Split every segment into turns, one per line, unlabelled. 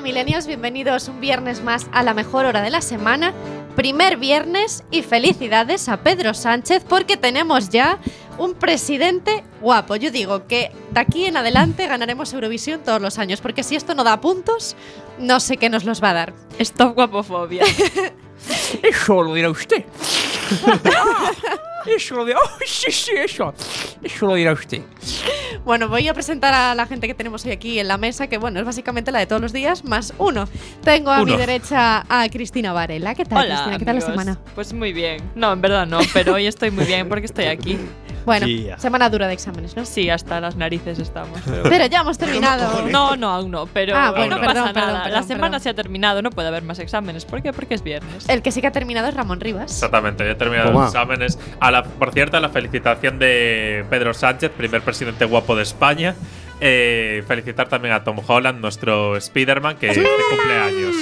milenios, bienvenidos un viernes más a la mejor hora de la semana. Primer viernes y felicidades a Pedro Sánchez porque tenemos ya un presidente guapo. Yo digo que de aquí en adelante ganaremos Eurovisión todos los años porque si esto no da puntos, no sé qué nos los va a dar.
Stop guapofobia.
Eso lo dirá usted. Ah, eso lo dirá. Oh, sí, sí, eso. Eso lo dirá usted.
Bueno, voy a presentar a la gente que tenemos hoy aquí en la mesa, que bueno, es básicamente la de todos los días, más uno. Tengo a mi
Uno.
derecha a Cristina Varela. ¿Qué tal,
Hola,
Cristina? ¿Qué tal la
amigos.
semana?
Pues muy bien. No, en verdad no, pero hoy estoy muy bien porque estoy aquí.
Bueno,
Yeah.
semana dura de exámenes, ¿no?
Sí, hasta las narices estamos.
Pero ya hemos terminado.
No, no, aún no, pero
Ah, bueno,
no
perdón,
pasa
perdón,
nada.
perdón,
la semana
perdón. Eh,
se ha terminado, no puede haber más exámenes. ¿Por qué? Porque es viernes.
El que sí que ha terminado es Ramón Rivas.
Exactamente, ya he terminado
Toma.
los exámenes. A la, por cierto, a la felicitación de Pedro Sánchez, primer presidente guapo de España. Eh, felicitar también a Tom Holland, nuestro Spider-Man, que cumple años.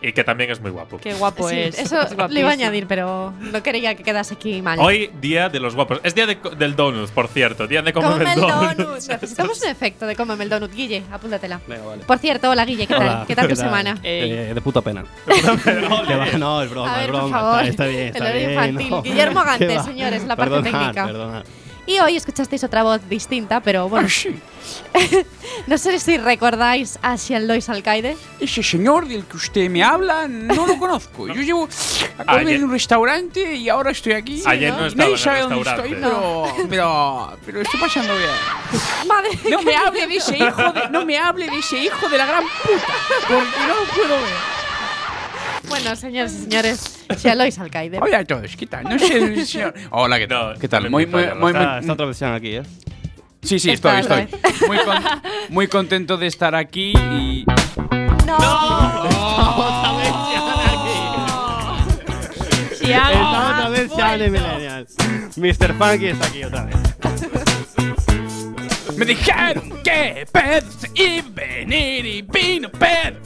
Y que también es muy guapo.
Qué guapo
Sí,
es.
eso
Pues es
lo iba
guapísimo.
a añadir, pero no quería que quedase aquí mal.
Hoy, día de los guapos. Es día de co- del donut, por cierto. Día de comer
Cómeme
el
el
donut.
donut. Necesitamos un efecto de cómeme el donut. Guille, apúntatela.
Venga, vale.
Por cierto, hola Guille, ¿qué tal?
Hola,
¿Qué tal tu semana?
Ey.
Eh, de puta pena. Que va- no, es broma,
A ver,
es
por
broma.
favor.
Está, está bien,
El
está
horario
bien.
infantil.
no.
Guillermo Gante,
¿Qué va?
señores, la parte
Perdonad,
técnica.
perdonad.
Y hoy escuchasteis otra voz distinta, pero bueno. no sé si recordáis a Lois Alcaide.
Ese señor del que usted me habla no lo conozco. Yo llevo. Acabo de ir
Ayer-
a un restaurante y ahora estoy aquí.
Ayer no,
¿no?
estaba en
Nadie
el
sabe dónde
restaurante.
estoy, pero, pero. Pero estoy pasando bien.
Madre
No me hable de ese hijo de. No me hable de ese hijo de la gran puta. Porque no lo puedo ver.
Bueno, señores y señores, Lois Alcaide.
Hola a todos, ¿qué tal? No sé el señor. Hola, ¿qué tal?
No,
¿Qué tal?
me
Muy, muy,
falla,
muy,
no.
Está,
muy-
está otra versión aquí, ¿eh?
Sí, sí,
Está
estoy,
otra
estoy. Muy, con- muy contento de estar aquí y.
¡No! Ah,
Eh,
Y hago-
Está otra vez se hable millennial. Mr. Funky está aquí otra vez.
Me dijeron que Pedro se iba a venir y vino Pedro.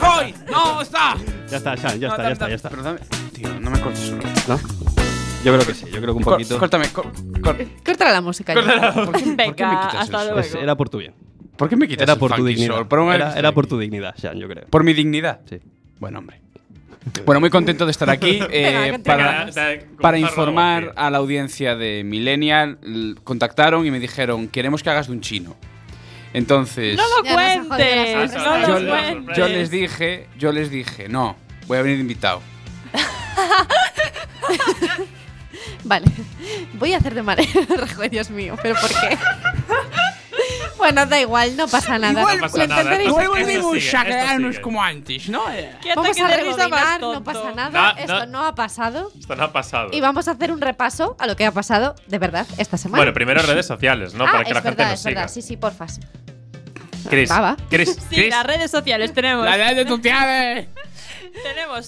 Hoy no está.
Ya está, Sean, ya
No,
está, ya
dame,
está,
dame,
ya está.
Perdóname. Tío, no me cortes solo.
¿No? Yo creo que sí, yo creo que un poquito.
Córtame, cor- cor-
Corta la música. ya.
¿por qué- ¿Por qué me
Venga,
quitas
hasta
eso?
luego.
Es- era por tu bien.
¿Por qué me quitas
Era
el
por tu
funky
dignidad.
soul? Por, un momento
Era,
que
era
estoy
por
aquí.
tu dignidad, Sean, yo creo.
Por mi dignidad.
Sí.
Buen hombre. Bueno, muy contento de estar aquí eh,
Venga,
para,
Venga, da- da-
para
comenzar,
informar
Ramón,
a la audiencia de Millennial. L- Contactaron y me dijeron, queremos que hagas de un chino. Entonces...
No lo
Ya nos ha jodido la
cuentes,
sorpresa.
no lo
yo,
Yo-
cuentes.
yo les dije, yo les dije, no, voy a venir invitado.
Vale, voy a hacer de manera. Rajoy, Dios mío, ¿pero por qué? bueno, da igual, no pasa nada.
Igual,
No pasa
Lo
nada,
entenderéis
igual
ustedes.
volvimos sigue, esto a quedarnos sigue. como
antes, ¿no? Eh,
Quieto,
Vamos
que
a
te risa más
rebobinar, no
tonto.
pasa nada.
No, no.
Esto no ha pasado.
Esto no ha pasado.
Y vamos a hacer un repaso a lo que ha pasado de verdad esta semana.
Bueno, primero redes sociales, ¿no?
ah,
para que
es
la
verdad,
gente nos
es verdad. Sí,
siga.
sí, porfa.
Chris,
Va, va.
Chris,
Sí,
Chris.
las redes sociales tenemos.
de tu
Tenemos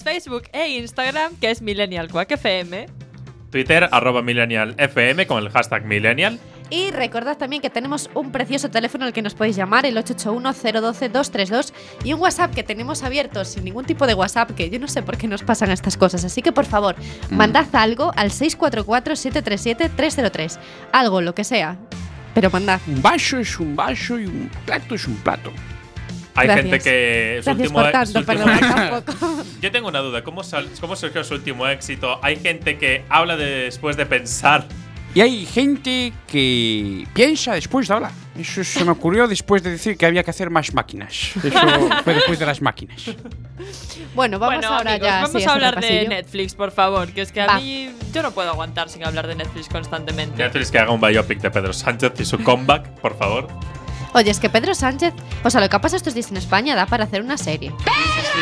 Facebook e Instagram, que es Millennial Quack FM.
Twitter, arroba millennial FM con el hashtag millennial.
Y recordad también que tenemos un precioso teléfono al que nos podéis llamar, el 881-012-232, y un WhatsApp que tenemos abierto sin ningún tipo de WhatsApp, que yo no sé por qué nos pasan estas cosas. Así que, por favor, mandad algo al 644-737-303. Algo, lo que sea. Pero mandad.
Un vaso es un vaso y un plato es un plato.
Hay
Gracias.
gente que. su
Gracias
último-
por
su
tanto,
último
perdón,
éxito-
tampoco.
Yo tengo una duda. ¿Cómo, sal- ¿Cómo surgió su último éxito? Hay gente que habla de- después de pensar.
Y hay gente que piensa después de hablar. Eso se me ocurrió después de decir que había que hacer más máquinas. Eso fue después de las máquinas.
Bueno, vamos
bueno,
ahora
amigos,
ya.
vamos
sí,
a
ese
hablar de E
repasillo.
Netflix, por favor, que es que
Va.
a mí yo no puedo aguantar sin hablar de Netflix constantemente.
Netflix que haga un biopic de Pedro Sánchez y su comeback, por favor.
Oye, es que Pedro Sánchez, o sea, lo que ha pasado estos días en España da para hacer una serie.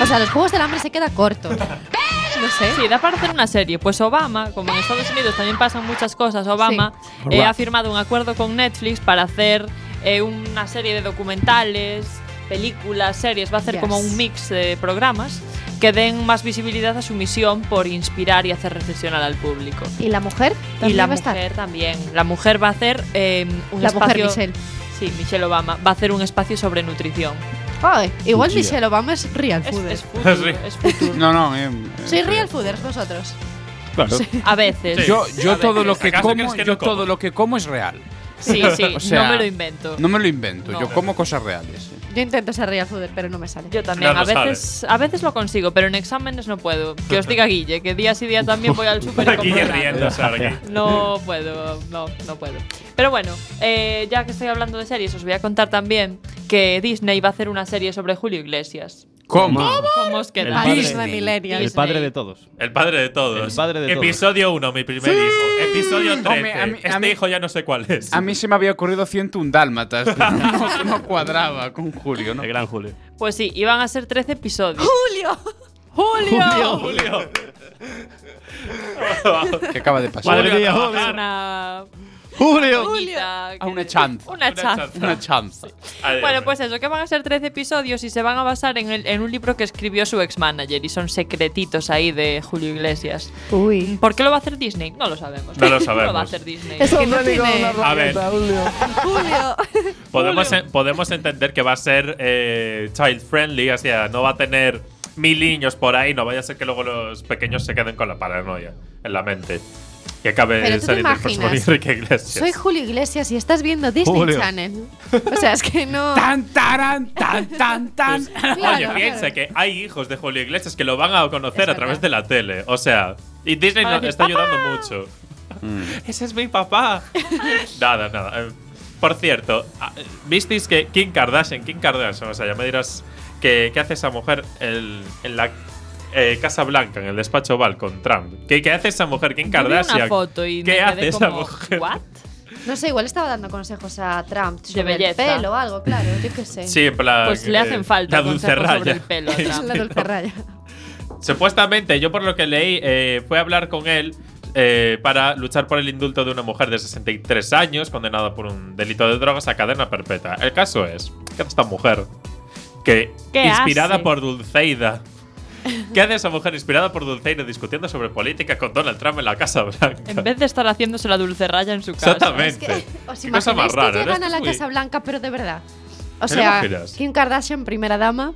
O sea, los juegos del hambre se queda corto. No sé.
Sí, da para hacer una serie. Pues Obama, como en Estados Unidos también pasan muchas cosas, Obama eh,
Obama.
ha firmado un acuerdo con Netflix para hacer eh, una serie de documentales, películas, series. Va a hacer
Yes.
como un mix de programas que den más visibilidad a su misión por inspirar y hacer reflexionar al público.
¿Y la mujer?
Y
¿También
la
va a estar?
mujer también. La mujer va a hacer eh, un
La mujer,
espacio.
Michelle.
Sí, Michelle Obama va a hacer un espacio sobre nutrición.
Ay, igual
Cuchilla.
Michelle Obama es real
Es,
fooder.
es futuro,
Sí.
es futuro.
No, no. eh,
Sois
eh,
real fooders vosotros.
Claro.
A veces.
Sí.
Yo,
A
yo
veces.
todo lo que
¿Acaso crees
como,
que no
yo
como?
todo lo que como es real.
Sí, sí,
O sea,
no me lo invento.
No me lo invento.
No.
Yo como cosas reales. eh.
Yo intento ser real foder, pero no me sale.
Yo también,
No,
a,
no
veces, a veces lo consigo, pero en exámenes no puedo. Que os diga Guille, que día sí día también voy al súper y
Aquí
compro nada.
riendo, Sargui.
No puedo, no, no puedo. Pero bueno, eh, ya que estoy hablando de series, os voy a contar también que Disney va a hacer una serie sobre Julio Iglesias.
¿Cómo?
¿Cómo os
El
quedáis?
Padre
padre,
de millennials.
el padre de todos.
El padre de todos.
El padre de todos.
Episodio 1, mi primer hijo. Episodio 13.
Hombre, a mí- a
este
mí-
hijo ya no sé cuál es.
A mí se me había ocurrido 101 dálmatas, pero no, no cuadraba con Julio, ¿no?
El gran Julio.
Pues sí, iban a ser 13 episodios.
¡Julio!
¡Julio!
Julio.
Que acaba de pasar.
Madre mía,
trabajar.
Julio. Julio.
Una bonita
A
que-
una chanza.
Una chanza.
Una chance.
Ay,
Bueno, pues eso, que van a ser 13 episodios y se van a basar en, el- en un libro que escribió su ex-manager y son secretitos ahí de Julio Iglesias.
Uy.
¿Por qué lo va a hacer Disney? No lo sabemos.
No
No lo va
lo
a
sabemos.
hacer Disney.
Es que no tiene.
A ver,
Julio.
podemos, en- podemos entender que va a ser eh, child friendly, o sea, no va a tener mil niños por ahí, no vaya a ser que luego los pequeños se queden con la paranoia en la mente. Que
Pero
acabe
tú te
saliendo el próximo
imaginas,
Enrique Iglesias.
Soy Julio Iglesias y estás viendo Disney
Julio.
Channel. O sea, es que no.
Tan, tarán, tan, tan, tan.
Pues, Oye,
Claro,
piensa
claro.
que hay hijos de Julio Iglesias que lo van a conocer
Es
a través
verdad.
de la tele. O sea, y Disney
Para
nos
decir,
está ayudando
"Papá".
mucho. Ese es mi papá. nada, nada. Eh, Por cierto, ah, eh, visteis que Kim Kardashian, Kim Kardashian, o sea, ya me dirás que- qué hace esa mujer el- en la eh, Casa Blanca, en el despacho Oval con Trump. ¿Qué, qué hace esa mujer, Kim
Yo vi
Kardashian?
una foto y me
¿Qué
quedé
hace esa
como,
mujer?
"What?".
No sé, igual estaba dando consejos a Trump sobre el
belleza.
pelo o algo, claro, yo qué sé.
Sí, en plan. eh,
Pues le hacen falta
La
consejos sobre
Dulcerraya.
el pelo a Trump.
La dulcerraya.
Supuestamente, yo por lo que leí, eh, fue a hablar con él eh, para luchar por el indulto de una mujer de 63 años condenada por un delito de drogas a cadena perpetua. El caso es que esta mujer, que
¿Qué
inspirada
hace?
por Dulceida, ¿qué hace esa mujer inspirada por Dulceida discutiendo sobre política con Donald Trump en la Casa Blanca?
En vez de estar haciéndose la dulce raya en su casa.
Es
Exactamente.
que, ¿os
Qué cosa
imagináis
más
que
rara, ¿no?
llegan a la
Esto es
Casa
muy-
Blanca, pero de verdad? O
¿Te
sea,
imaginas?
Kim Kardashian, primera dama.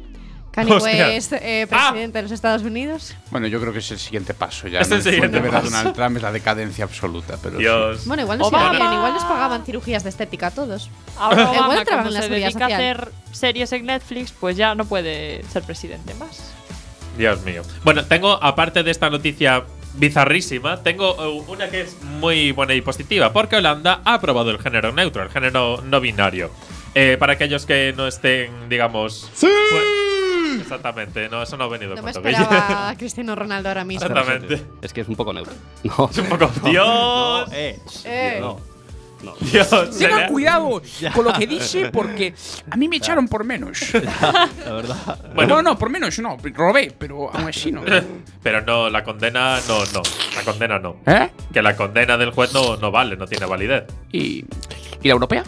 Kanye
Hostia.
West, eh,
Ah.
presidente de los Estados Unidos.
Bueno, yo creo que es el siguiente paso ya.
Es
¿no?
el siguiente
de ver a
paso.
Donald Trump es la decadencia absoluta, pero sí.
Dios.
Bueno, igual nos
Obama.
iba bien, igual les pagaban cirugías de estética a todos.
Ahora
Igual
Obama,
trabaja
como
en la
se
seguridad
dedica a
social.
hacer series en Netflix, pues ya no puede ser presidente más.
Dios mío. Bueno, tengo, aparte de esta noticia bizarrísima, tengo eh, una que es muy buena y positiva, porque Holanda ha aprobado el género neutro, el género no binario. Eh, para aquellos que no estén, digamos. ¡Sí! exactamente, no, eso no ha venido
No
por
me
Toquilla.
esperaba a Cristiano Ronaldo ahora mismo.
Exactamente.
Es que es un poco neutro. No.
Es un poco. ¡Dios!
No, eh.
Eh.
No. No.
¡Dios! se le ha-
cuidado con lo que dice porque a mí me echaron por menos.
La verdad.
Bueno.
No, no, por menos no. Robé, pero aún así no.
Pero no, la condena no, no. La condena no.
¿Eh?
Que la condena del juez no, no vale, no tiene validez.
¿Y, y la europea?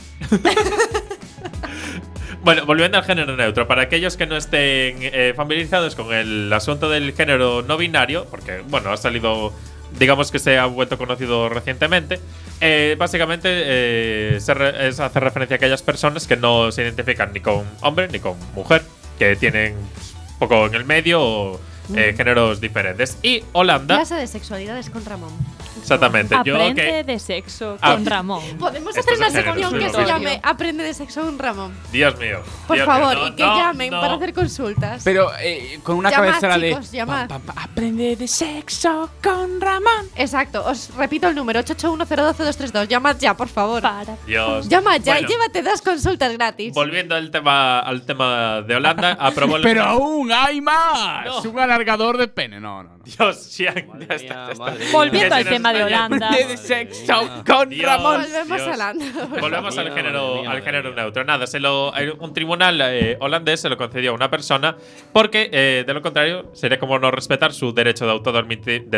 Bueno, volviendo al género neutro, para aquellos que no estén eh, familiarizados con el asunto del género no binario, porque, bueno, ha salido, digamos que se ha vuelto conocido recientemente, eh, básicamente eh, se re- es hacer referencia a aquellas personas que no se identifican ni con hombre ni con mujer, que tienen un poco en el medio o,
Mm.
eh, géneros diferentes. Y Holanda,
Clase de sexualidades con Ramón.
exactamente, yo
Aprende
que...
de sexo
Ah.
con Ramón.
Podemos
Esto
hacer
es
una
el género,
sección que
es
se
un
llame
oficio.
Aprende de sexo con Ramón.
Dios mío.
Por
Dios mío,
favor,
no,
y que
no,
llamen
no.
para hacer consultas.
Pero eh, con una
Llamad,
cabecera
chicos,
de.
llamad.
"Pam, pam, pam, aprende de sexo con Ramón.
Exacto, os repito el número 881021232. Llamad ya, por favor.
Para.
Dios.
Llama ya
Bueno.
y llévate dos consultas gratis.
Volviendo al tema, al tema de Holanda, aprobó el.
Pero aún hay más.
No.
Un alargador de pene. No, no, no.
Dios, Sian, ya está, ya
mía,
está.
madre
Volviendo
Que
al
se nos
tema de
está yendo.
Holanda.
Aprende de sexo con
Dios.
Ramón.
Volvemos
Dios.
a Holanda.
Volvemos al
Madre
género,
mía,
al
madre
género
mía.
neutro. Nada, se lo, un tribunal eh, holandés se lo concedió a una persona porque, eh, de lo contrario, sería como no respetar su derecho de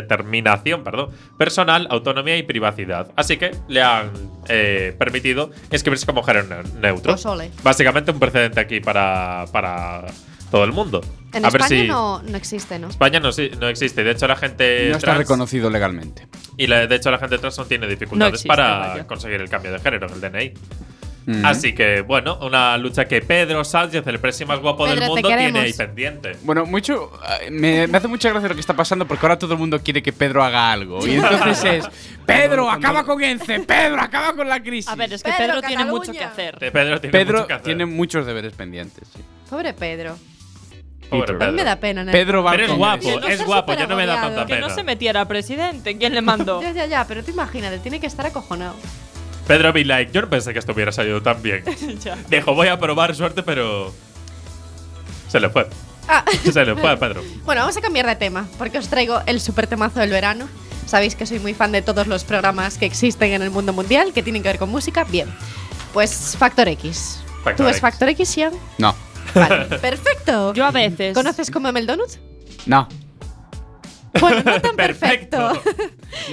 autodeterminación perdón, personal, autonomía y privacidad. Así que le han eh, permitido inscribirse como género ne- neutro.
Pues ole.
Básicamente un precedente aquí para, para todo el mundo.
En
a ver
España
si.
no, no existe, ¿no?
España no, si- no existe. De hecho, la gente.
No está
eh, trans-
reconocido legalmente.
Y la- de hecho la gente trans no tiene dificultades
existe,
para
vaya.
conseguir el cambio de género en el DNI.
Mm.
Así que, bueno, una lucha que Pedro Sánchez, el presi más guapo
Pedro,
del
te
mundo, tiene
queremos.
ahí pendiente.
Bueno, mucho. eh, Me, me hace mucha gracia lo que está pasando porque ahora todo el mundo quiere que Pedro haga algo. Y entonces es. Pedro, acaba con Ence. Pedro, acaba con la crisis.
A ver, es que
Pedro
Pedro, tiene
Cataluña.
mucho que hacer.
Te- Pedro tiene
Pedro
mucho que hacer.
tiene muchos deberes pendientes. sí.
Pobre Pedro.
Pobre
A mí
Pedro.
me da pena, ¿no?
Pedro va
Pero
al
es
Congreso.
guapo,
no
es
ser
guapo, ya no me da
superagobiado,
tanta
que
Que
pena.
no se metiera presidente. ¿Quién le mandó?
Ya, ya, ya, pero tú imagínate, tiene que estar acojonado.
Pedro be like, yo no pensé que esto hubiera salido tan bien.
Ya.
Dijo, voy a probar suerte, pero. Se le fue.
Ah.
Se le fue a Pedro.
Bueno, vamos a cambiar de tema, porque os traigo el super temazo del verano. Sabéis que soy muy fan de todos los programas que existen en el mundo mundial que tienen que ver con música. Bien, pues Factor X.
Factor
¿Tú ves
X.
Factor X, Ian?
No,
Vale, perfecto.
Yo a veces.
¿Conoces Cómeme el Donut?
no.
Bueno, no tan perfecto.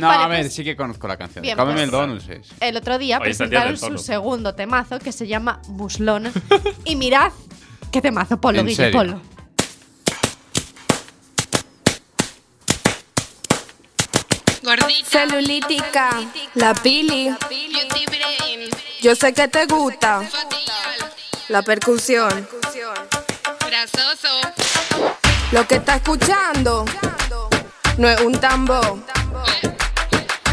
No,
Vale,
a ver,
pues-
sí que conozco la canción.
Bien,
Cómeme
pues-
el donut, sí, sí.
El otro día
Hoy está el día
presentaron
del
su
donut.
segundo temazo que se llama Muslona. y mirad qué temazo, Polo,
¿En
Guille,
serio?
Polo.
Celulítica, la pili. Yo sé que te gusta la percusión. Lo que está escuchando no es un tambor,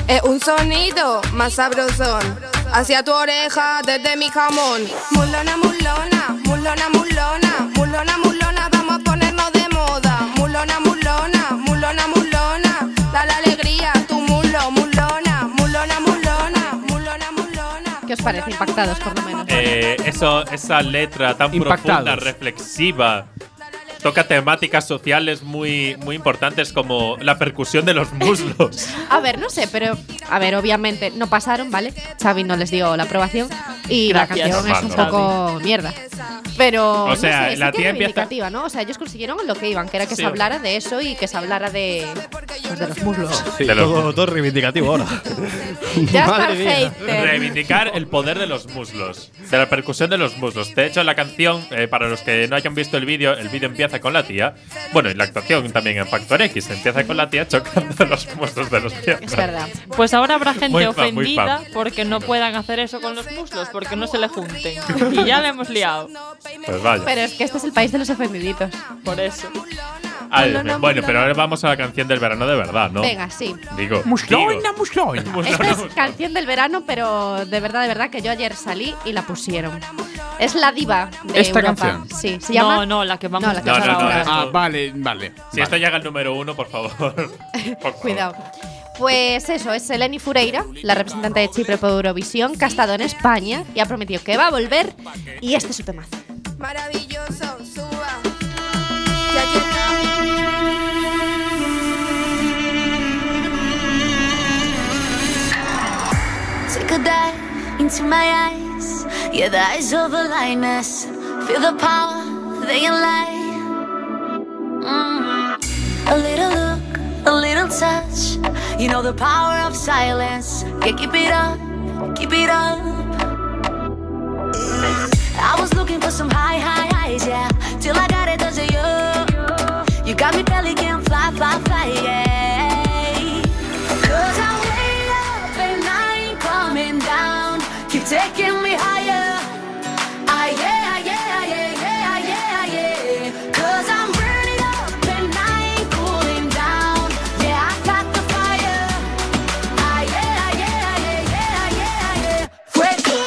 es un sonido más sabrosón. Hacia tu oreja desde mi jamón. Mulona, mulona, mulona, mulona, mulona, mulona, vamos a ponernos de moda. Mulona, mulona, mulona, mulona, da la alegría a tu mulo, mulona, mulona, mulona, mulona, mulona.
¿Qué os parece? Impactados, por lo menos.
Eh, eso, esa letra tan
Impactados.
profunda, reflexiva. Toca temáticas sociales muy, muy importantes como la percusión de los muslos.
A ver, no sé, pero a ver, obviamente no pasaron, ¿vale? Xavi no les dio la aprobación y
Gracias,
la canción es un
Fernando.
poco mierda. Pero
O
no
sea,
sé, sí
la
que
tía
es
empieza-
reivindicativa, ¿no? O sea, ellos consiguieron lo que iban, que era que
Sí.
se hablara de eso y que se hablara de pues, de los muslos.
Sí,
Te lo-
todo, todo reivindicativo ahora.
ya está
Madre
el
mía.
hater.
Reivindicar el poder de los muslos, de la percusión de los muslos. De hecho, la canción, eh, para los que no hayan visto el vídeo, el vídeo empieza con la tía. Bueno, y la actuación también en Factor X empieza con la tía chocando los muslos de los
Es
pies.
verdad.
Pues ahora habrá gente
Muy fan, muy
ofendida
fan.
porque no puedan hacer eso con los muslos, porque no se le junten. y ya la hemos liado.
Pues vaya.
Pero es que este es el país de los ofendiditos.
Oh.
Por eso.
Ay, Dios mío. bueno, pero ahora vamos a la canción del verano de verdad, ¿no?
Venga, sí.
Digo.
Muslona,
digo.
muslona.
Muslona,
Esta es
muslona.
canción del verano, pero de verdad, de verdad que yo ayer salí y la pusieron. Es la diva de
¿Esta
Europa.
canción?
Sí, se llama.
No, no, la que vamos
No, la
a
que
No,
escuchar
no, no,
ahora.
esto-
Ah, vale, vale.
Si esto llega al número uno, por favor. Por favor.
Cuidado. Pues eso, es Eleni Fureira, la representante de Chipre por Eurovisión, que ha estado en España y ha prometido que va a volver. Y este es su tema.
Maravilloso, suba. Ya llegamos.
Take a dive into my eyes. Yeah, the eyes of a lioness. Feel the power, they can lie. Mm. A little look, a little touch. You know the power of silence. Yeah, keep it up, keep it up. I was looking for some high, high highs, yeah. Till I got it, cause of you. You got me belly can fly, fly, fly, yeah. Cause I wait up and I ain't coming down. Keep taking me higher. Ah, yeah, ah, yeah, ah, yeah, yeah, ah, yeah, ah, yeah. Cause I'm burning up and I ain't cooling down. Yeah, I got the fire. Ah, yeah, ah, yeah, ah, yeah, yeah, ah, yeah, ah, yeah. Fuego.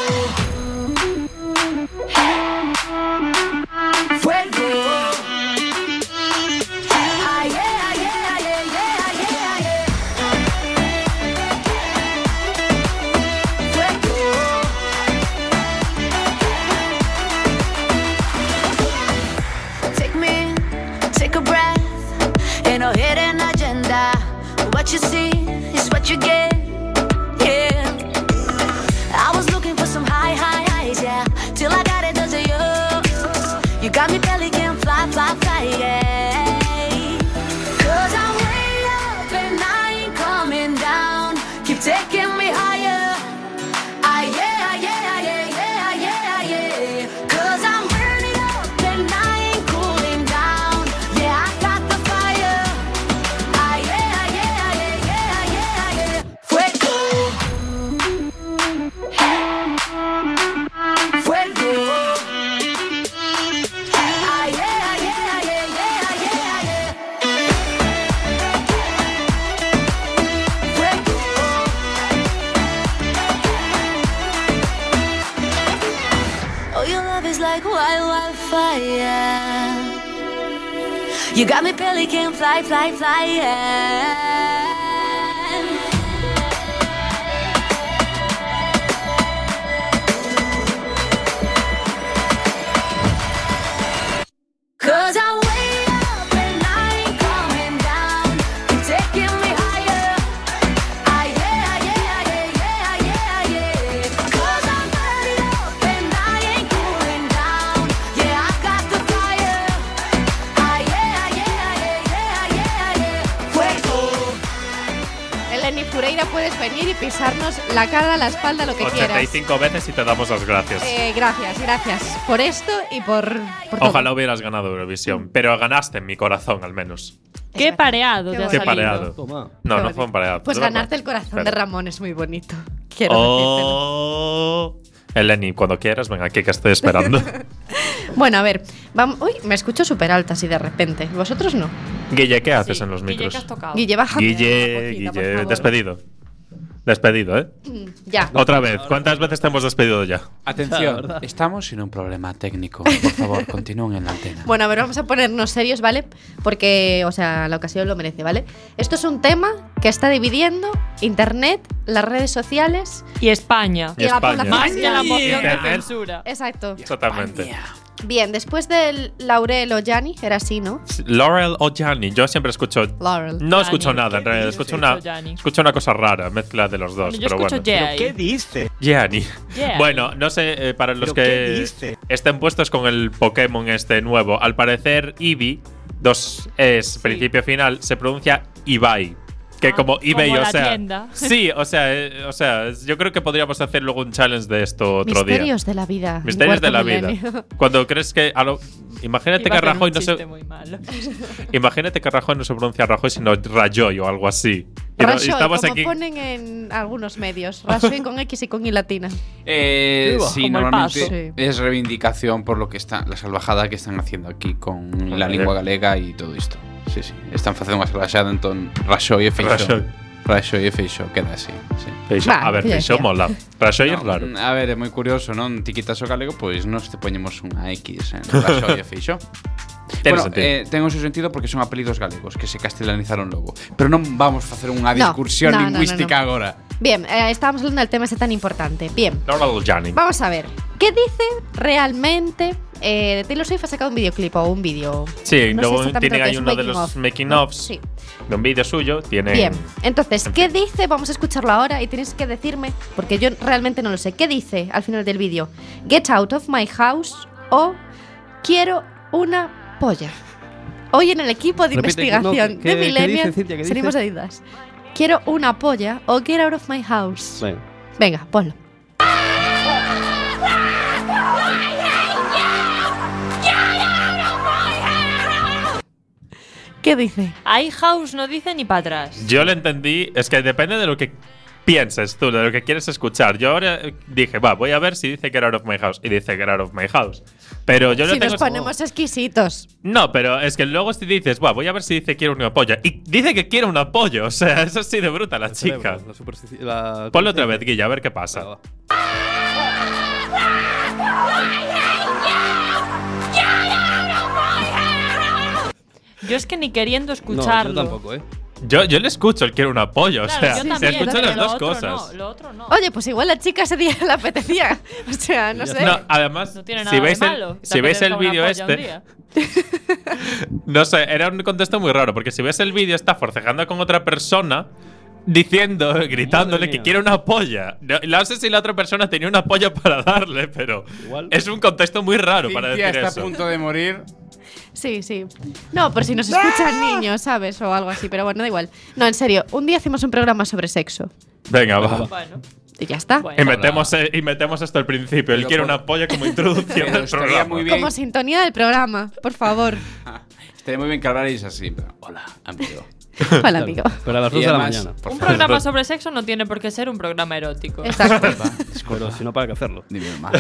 Fuego. Ah, yeah, ah, yeah, ah, yeah, yeah, ah, yeah, ah, yeah. Fuego.
Ah, Ah,
Oh, like wild wildfire. You got me pelican fly, fly, flying. Cause I'm way up and I ain't coming down. You're taking me higher. Ah, yeah, yeah, yeah, yeah, yeah, yeah. Cause I'm burning up and I ain't cooling down. Yeah, I got the fire. Ah, yeah, yeah, yeah, yeah, yeah, yeah. Fuego.
Eleni Fureira, puedes venir y pisarnos la cara, la espalda, lo que quieras.
85 veces y te damos las gracias.
Eh, gracias, gracias por esto y por, por todo.
Ojalá hubieras ganado Eurovisión, pero ganaste en mi corazón al menos.
Pues
Qué pareado
Qué
te ha
bonito.
Qué
salido.
pareado.
Toma.
No,
Qué
no
bonito.
fue un pareado.
Pues
no fue
ganarte el corazón
Pero-
de Ramón es muy bonito. Quiero
Oh. Eleni, cuando quieras, ven aquí que estoy esperando.
decírtelo. Bueno, a ver. Vamos, uy, me escucho súper alta así de repente. ¿Vosotros no?
Guille, ¿qué haces
Sí,
en los
Guille,
micros?
que has tocado.
Guille, baja.
Guille, Guille, despedido. Despedido, ¿eh?
Ya.
Otra vez, ¿cuántas veces te hemos despedido ya?
Atención, estamos en un problema técnico. Por favor, continúen en la antena.
Bueno, a ver, vamos a ponernos serios, ¿vale? Porque, o sea, la ocasión lo merece, ¿vale? Esto es un tema que está dividiendo Internet, las redes sociales
Y España.
y, la
España.
población.
Más que la
civil.
moción de
Internet.
censura.
Exacto.
Exactamente.
Bien, después del Laurel o Gianni, era así, ¿no?
Laurel o Gianni, yo siempre escucho.
Laurel.
No
Gianni.
escucho nada, en realidad.
Yo
Escucho
escucho
una,
Gianni.
escucho una cosa rara, mezcla de los dos.
Yo
pero
escucho
bueno.
Jay.
¿Qué diste?
Gianni.
Gianni.
Bueno, no sé, eh, para los
¿Pero qué
que
dices?
estén puestos con el Pokémon este nuevo, al parecer Eevee, dos es principio final, se pronuncia Ibai. Que
Ah,
como eBay,
como
o
la
sea.
tienda.
Sí, o sea, eh, o sea, es- yo creo que podríamos hacer luego un challenge de esto otro día.
Misterios de la vida.
Misterios de
cuarto
la vida.
milenio.
Cuando crees que. a lo- imagínate
Iba
que
a hacer
Rajoy
un
no se.
chiste muy malo.
Imagínate que Rajoy no se pronuncia Rajoy, sino Rajoy o algo así. Y no- y
Rasoy,
estamos
como
aquí.
ponen en algunos medios. Rasoy con X y con I latina.
Eh,
Vivo,
sí,
como el
normalmente
paso.
Sí.
es reivindicación por lo que está, la salvajada que están haciendo aquí con la
Joder.
lingua galega y todo isto. Sí, sí. Están facendo unha salvajada entón Raxoi e
Raxoi.
Feixó. Raxoi e Feixó, queda así, sí.
Feixo-
Vale,
a ver,
ya
Feixo
decía.
mola. Rajoy es
No,
raro.
mm.
A ver, é moi curioso, non? Ti quitas o galego, pois nos te poñemos unha X en Raxoi e Feixó.
Tiene
bueno,
sentido.
eh, ten o seu sentido porque son apelidos galegos que se castellanizaron logo. Pero non vamos facer unha
No,
discursión
no, no, no,
lingüística
no.
agora.
Bien, eh, estábamos hablando del tema ese tan importante. Bien,
Laurel Gianni.
vamos a ver. ¿Qué dice realmente? Eh, Taylor Swift ha sacado un videoclip o un vídeo.
Sí,
No sé
luego
exactamente
tienen
lo que
ahí
es
uno de
making of,
los making
¿no?
offs
Sí.
de un vídeo suyo. Tienen.
Bien, entonces, ¿qué dice? Vamos a escucharlo ahora y tenéis que decirme, porque yo realmente no lo sé, ¿qué dice al final del vídeo? Get out of my house o quiero una polla. Hoy en el equipo de
Repite, que no,
investigación
que-
de
que
Millennium
dice, Cintia, que
salimos
dice.
de dudas. Quiero una polla o get out of my house.
Venga.
Venga, ponlo. ¿Qué dice?
Hay house no dice ni para atrás.
Yo lo entendí, es que depende de lo que pienses tú, de lo que quieres escuchar. Yo ahora eh, dije, va, voy a ver si dice Get Out of My House. Y dice Get Out of My House. Pero yo no
si
tengo.
nos ponemos exquisitos.
No, pero es que luego si dices, va, voy a ver si dice quiero una polla. Y dice que quiere una polla, o sea, eso sí de bruta la chica.
Cerebro, la superstici- la-
Ponlo otra vez, Guilla, a ver qué pasa.
Vale, va.
Yo es que ni queriendo
No,
escucharlo.
yo tampoco, ¿eh?
Yo, yo le escucho el quiero una polla, o
Claro,
sea,
yo
se
también,
escuchan
pero
las dos
lo otro
cosas.
No, lo otro no.
Oye, pues igual la chica ese día le apetecía. O sea, no
Ya
sé.
está.
No, además,
No tiene nada
si veis
de
el,
malo.
si veis el vídeo este, no sé, era un contexto muy raro, porque si ves el vídeo está forcejando con otra persona diciendo, gritándole que
mía.
quiere una polla. No, no sé si la otra persona tenía una polla para darle, pero
Igual.
es un contexto muy raro para
Cintia
decir
está
eso.
a punto de morir.
Sí, sí. No, por si nos escuchan niños, ¿sabes? O algo así, pero bueno, da igual. No, en serio, un día hacemos un programa sobre sexo.
Venga, va.
Bueno,
Y ya está.
Y
bueno.
metemos, eh, y metemos esto al principio. Él
Pero
quiere
por-
una polla como introducción
Pero
del
estaría
programa.
muy bien.
Como sintonía del programa, por favor.
Estaría muy bien que hablarais así. Pero, hola, amigo.
Hola, amigo.
Pero a las
Y
2 de la
además,
mañana.
por
Un
favor,
programa sobre sexo no tiene por qué ser un programa erótico.
Exacto.
Pero si no, ¿para qué hacerlo?
Dime más.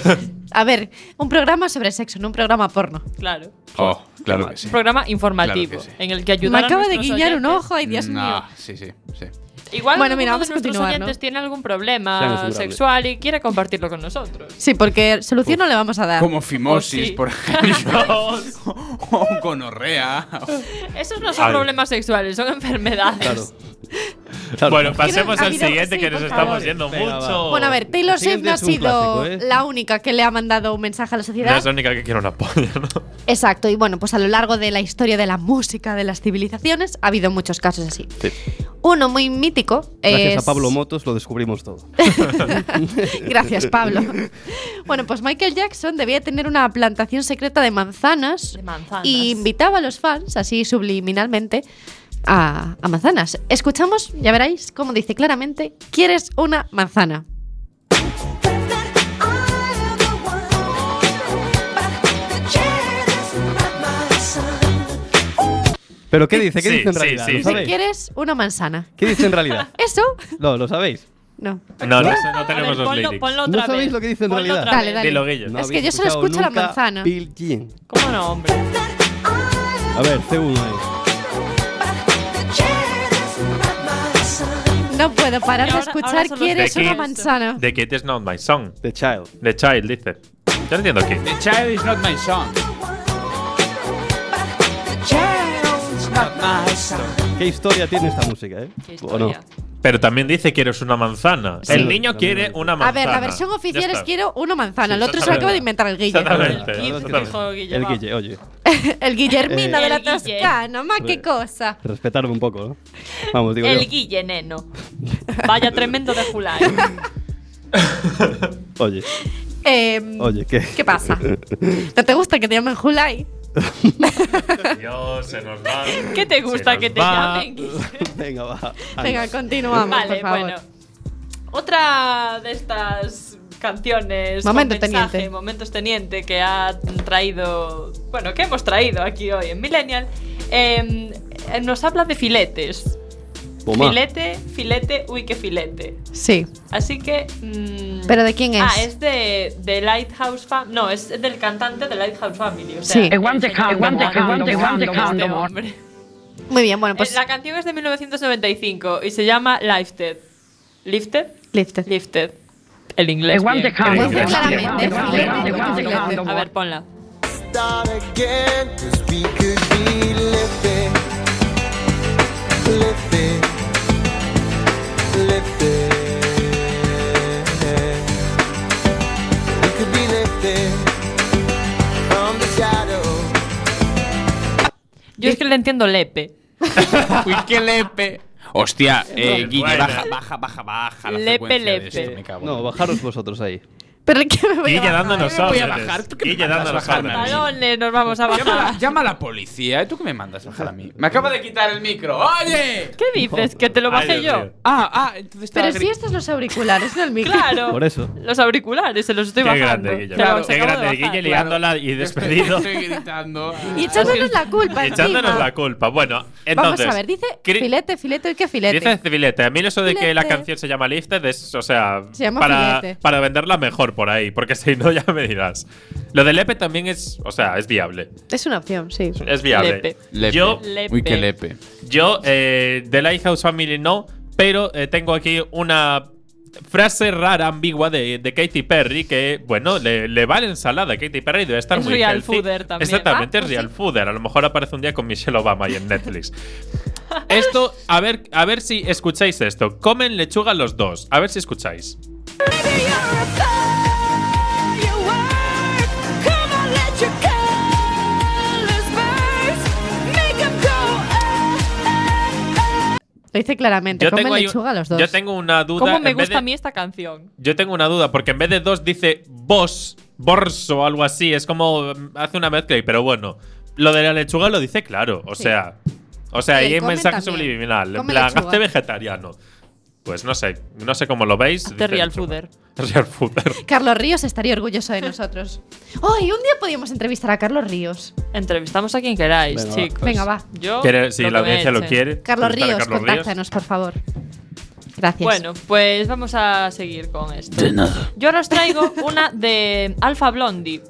A ver, un programa sobre sexo, no un programa porno.
Claro.
Oh, claro que
Un
sí.
programa informativo
Claro que sí.
en el que
Me
ayudar a
acaba de
nuestros
guiñar un
oyentes-
ojo, ay Dios
No,
mío.
Sí, sí, sí.
Igual
Bueno, mira, vamos
alguno de
a
nuestros
continuar,
oyentes
¿no?
tiene algún
Sean
problema
inseparables.
sexual y quiere compartirlo con nosotros.
Sí, porque solución no le vamos a dar.
Como fimosis,
Oh, sí.
por ejemplo. o gonorrea.
Esos no son
Ay.
problemas sexuales, son enfermedades.
Claro.
Bueno, pasemos
ha
al
habido-
siguiente
sí,
que nos
por
estamos
favor.
yendo
Venga,
mucho.
va.
Bueno, a ver,
El
Taylor Swift
siguiente
no ha
es un
sido
clásico, ¿eh?
la única que le ha mandado un mensaje a la
No
sociedad.
es la única que quiere una polla, ¿no?
Exacto, y bueno, pues a lo largo de la historia de la música, de las civilizaciones, ha habido muchos casos así.
Sí.
Uno muy mítico
Gracias
es...
a Pablo Motos lo descubrimos todo.
Gracias, Pablo. bueno, pues Michael Jackson debía tener una plantación secreta de manzanas,
De manzanas.
y invitaba a los fans, así subliminalmente, a, a manzanas. Escuchamos, ya veréis cómo dice claramente, ¿quieres una manzana?
Pero ¿qué dice? ¿Qué
Sí,
dice en
sí,
realidad?
sí,
¿Lo
sí.
Si
sabéis?
quieres una manzana.
¿Qué dice en realidad?
¿Eso?
No, ¿lo sabéis?
No.
No, no, no
A ver,
tenemos los
ponlo,
lyrics.
ponlo
No
otra
sabéis
vez.
lo que dice en
Ponlo
realidad.
otra
Dale,
vez.
dale.
Dilo, Guillo.
No
Es que
habéis
yo solo
escuchado
escucho la
nunca
manzana.
Bill Jean.
¿Cómo no, hombre?
A ver, C1 ahí.
No puedo parar
Y
de
ahora- ahora
escuchar
son los
¿Quieres
de
una
Kiss.
manzana?
The Kid is not my song.
The Child.
The Child, dice. Yo no entiendo Kid.
The child is not my son.
¿Qué historia tiene esta música, eh?
Qué
¿O no?
historia.
Pero también dice quieres una manzana.
Sí,
el niño
también
quiere
dice.
una
A
manzana.
ver, la versión
Ya
oficial es
está.
quiero una manzana. El
Sí,
otro se lo
exactamente.
acaba de inventar el Guille.
Exactamente.
El
exactamente.
Kid dijo Guille,
El
va.
Guille, oye.
El Guillermino
Eh,
de la
El Guille.
Toscana, ma, qué
Eh.
cosa.
Respetarme un poco, ¿no? Vamos, digo
El
yo.
Guille, neno. Vaya tremendo de Julai.
Oye,
Em,
oye, ¿qué?
¿Qué pasa? ¿No te gusta que te llamen Julai?
Dios, se nos va.
¿Qué te gusta
Se nos
que te
va.
llamen, Guille?
Venga, va.
Venga,
Anda.
continuamos,
Vale,
por favor.
bueno. Otra de estas canciones. con
Momento
mensaje,
teniente.
Momentos teniente que ha traído. Bueno, que hemos traído aquí hoy en Millennial. eh, eh, nos habla de filetes.
Toma.
Filete, filete, uy, qué filete.
Sí.
Así que. mm,
¿Pero de quién es?
Ah, es de, de Lighthouse Family. No, es del cantante de Lighthouse Family. O sea,
Sí.
el
Aguante,
señor
aguante, aguante, aguante,
este
aguante,
hombre. Eh,
Muy bien, bueno, pues
La canción es de 1995 y se llama Lifted. ¿Lifted?
Lifted.
Lifted. El inglés. bien.
Muy
Lifted.
Pues claramente.
Lifted.
Lifted.
Lifted.
Lifted.
A ver, ponla.
start again Cause we could be living Living Living We could be lifted From the shadow
Yo es que le entiendo lepe.
Uy, qué lepe. Hostia, eh,
Buena.
Guille, baja, baja, baja, baja. La
Lepe,
frecuencia de
lepe.
Eh,
esto, me cago en-
No, bajaros vosotros ahí.
¿Pero qué me voy a
Guille
bajar?
dándonos
Yo me voy a
órdenes.
bajar. ¿Tú qué me
Guille
mandas
dándonos
bajarme a mí?
órdenes.
Balones, nos vamos a
Llama, a la-
bajar.
llama a la policía. ¿eh? ¿Tú qué me mandas bajar a mí? Me acaba de quitar el micro. ¡Oye!
¿Qué dices? ¿Que te lo
Ay,
bajé
Dios
yo?
mío.
Ah, ah, entonces estaba
Pero si
gri-
estos los auriculares, no el micro.
Claro.
Por eso.
Los auriculares, se los estoy
Qué
bajando.
grande,
Te
Guille.
los
Qué
acabo de
grande,
bajar.
Guille liándola y despedido.
Estoy gritando.
Y echándonos la culpa
Echándonos
encima.
la culpa. Bueno,
Vamos
entonces.
a ver, dice
cri-
filete, filete, ¿y qué filete?
Dice filete. A mí eso de que la
Filete.
canción se llama Lifted es, o sea,
Se llama
para,
filete.
para venderla mejor por ahí, porque si no ya me dirás. Lo de Lepe también es, o sea, es viable.
Es una opción, sí.
Es viable.
Lepe.
Lepe.
Yo,
Lepe.
Uy, qué lepe.
yo eh, The Lighthouse Family no, pero eh, tengo aquí una frase rara, ambigua de, de Katy Perry que, bueno, le, le va la ensalada a Katy Perry debe estar
Es
muy
real
healthy.
fooder también.
Exactamente,
Ah,
es
pues
real
sí.
fooder. A lo mejor aparece un día con Michelle Obama ahí en Netflix. Esto, a ver, a ver si escucháis esto. Comen lechuga los dos. A ver si escucháis.
Lo dice claramente. Comen
ahí un-
lechuga los dos.
yo tengo una duda.
¿Cómo me
en vez
gusta a
de-
mí esta canción?
Yo tengo una duda, porque en vez de dos dice vos, borso o algo así. Es como mm, hace una mezcla, y- pero bueno. Lo de la lechuga lo dice claro. O sea, o sea,
Y
ahí hay un
comen
mensaje
también.
subliminal. En
Come
plan,
lechuga.
hazte vegetariano. Pues no sé, no sé cómo lo veis.
Hazte
dice
real
lechuga.
fooder.
Real fooder.
Carlos Ríos estaría orgulloso de nosotros. Hoy un día podíamos entrevistar a Carlos Ríos.
Entrevistamos a quien queráis,
Venga, va.
chicos.
Venga, va.
Yo.
Quiere- si
lo
la
que me
audiencia lo
echen.
quiere.
Carlos
preguntar a
Ríos,
Carlos Ríos.
contáctanos, por favor. Gracias.
Bueno, pues vamos a seguir con esto. Yo ahora os traigo una de Alpha Blondie,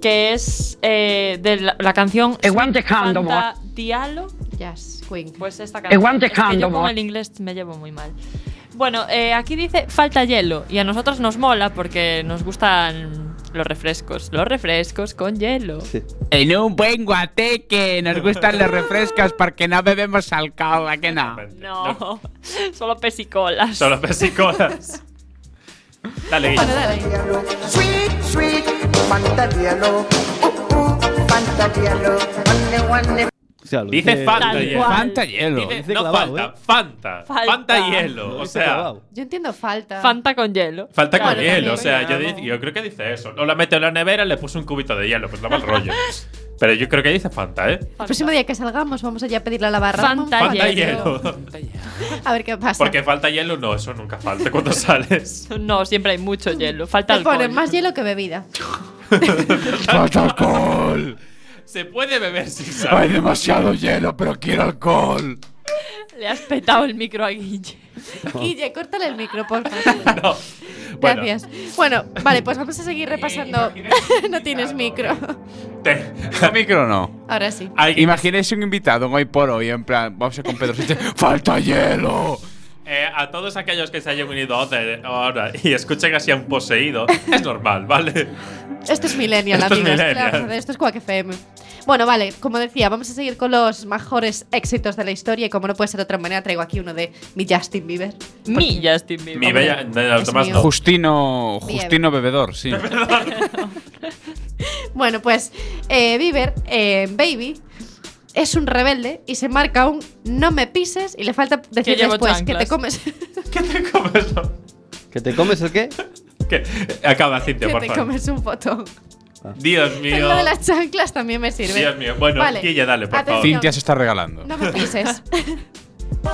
que es eh, de la, la canción
Aguante,
Sweet
Candomore.
Fanta Diallo.
Jazz Queen.
Pues esta
I
canción.
want the
Es que yo
condom.
con el inglés me llevo muy mal. Bueno, eh, aquí dice falta hielo y a nosotros nos mola porque nos gustan los refrescos. Los refrescos con hielo.
En un buen guateque nos gustan los refrescos porque no bebemos alcohol, ¿a que no?
No, solo pesicolas.
Solo pesicolas. Dale, Guille.
Sweet, sweet, Fanta Diallo. Uh, uh, Fanta Diallo. One, one,
O sea, lo
Dice Fanta
Tal
hielo.
cual.
Fanta hielo.
Dice-
Eh, Dice
no
clavado,
Fanta,
¿eh?
Fanta.
Falta.
Fanta hielo.
Lo
O
dice
sea,
clavado.
Yo entiendo falta.
Fanta con hielo.
falta con
Claro, también.
hielo. O sea, yo, di- yo creo que dice eso. No la meto en la nevera, le puse un cubito de hielo. Pues no mal rollo. Pero yo creo que dice Fanta, ¿eh?
El próximo día que salgamos vamos allá a pedirle a la barra.
Fanta
Vamos,
Fanta
hielo.
hielo.
A ver qué pasa.
Porque falta hielo, no, eso nunca falta cuando sales.
No, siempre hay mucho hielo. Falta
Te
alcohol.
ponen más hielo que bebida.
¡Falta alcohol!
Se puede beber sin
Hay
sal.
demasiado hielo, pero quiero alcohol.
Le has petado el micro a Guille.
Guille, córtale el micro, por favor.
No. Bueno,
Gracias. Bueno, vale, pues vamos a seguir repasando. no tienes micro.
te-
micro no.
Ahora sí.
hay-
Imaginéis un invitado hoy por hoy, en plan, vamos a ir con Pedro Sánchez. ¡Falta hielo!
Eh, a todos aquellos que se hayan unido ahora- ahora y escuchen así a un poseído, es normal, ¿vale?
Esto es Millennial,
Esto es
amigos.
millennial.
Claro, joder, esto es Quack FM. Bueno, vale, como decía, vamos a seguir con los mejores éxitos de la historia. Y como no puede ser de otra manera, traigo aquí uno de mi Justin Bieber.
Mi Justin Bieber.
Mi bella. No, no,
es
Tomás,
mío.
no.
Justino,
Bien.
Justino Bebedor, sí.
Bueno, pues eh, Bieber, eh, Baby, es un rebelde y se marca un no me pises y le falta decir
llevo
después que
chanclas.
te comes.
¿Qué te comes?
¿Que te comes el qué?
¿Qué? Acaba, Cintia,
que
por
te
favor.
comes un fotón.
Dios mío.
Lo de las chanclas también me sirve.
Dios mío. Bueno,
Vale.
Guille, dale, por
Atención.
favor.
Cintia se está regalando.
No me pises.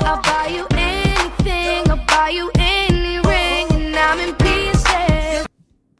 I'll buy you anything, I'll buy you any ring, and I'm in pieces.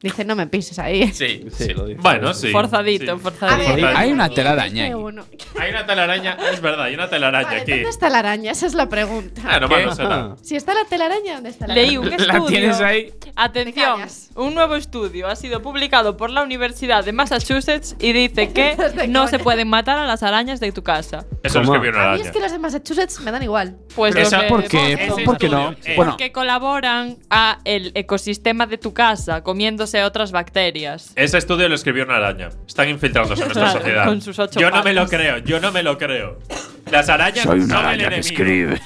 Dice, no me pises ahí.
Sí,
Sí, lo dice.
Bueno, sí.
Forzadito,
sí.
A ver,
forzadito.
Hay
aquí
una telaraña
dice
ahí.
uno.
Hay una telaraña, es verdad, hay una telaraña
Vale,
aquí.
¿Dónde está la araña? Esa es la pregunta.
Ah, no más no
¿Qué?
será.
Si está la telaraña, ¿dónde está la
Leí
araña?
un
La
estudio.
tienes ahí.
Te
Atención,
callas.
un nuevo estudio ha sido publicado por la Universidad de Massachusetts y dice que
Estás de
no se
coña.
pueden matar a las arañas de tu casa.
Eso lo
¿Cómo?
escribió una
A mí
araña.
es que los de Massachusetts me dan igual.
Pues
Pero
lo
esa-
que
¿por
qué?
hemos-
Ese
¿Por qué no?
estudio, eh,
Bueno,
Que colaboran a el ecosistema de tu casa comiéndose otras bacterias.
Ese estudio lo escribió una araña. Están infiltrándose en nuestra
Claro,
sociedad.
con sus ocho
yo no me lo
patas.
creo, yo no me lo creo. Las arañas
Soy
son
una
el
araña que
enemigo.
escribe.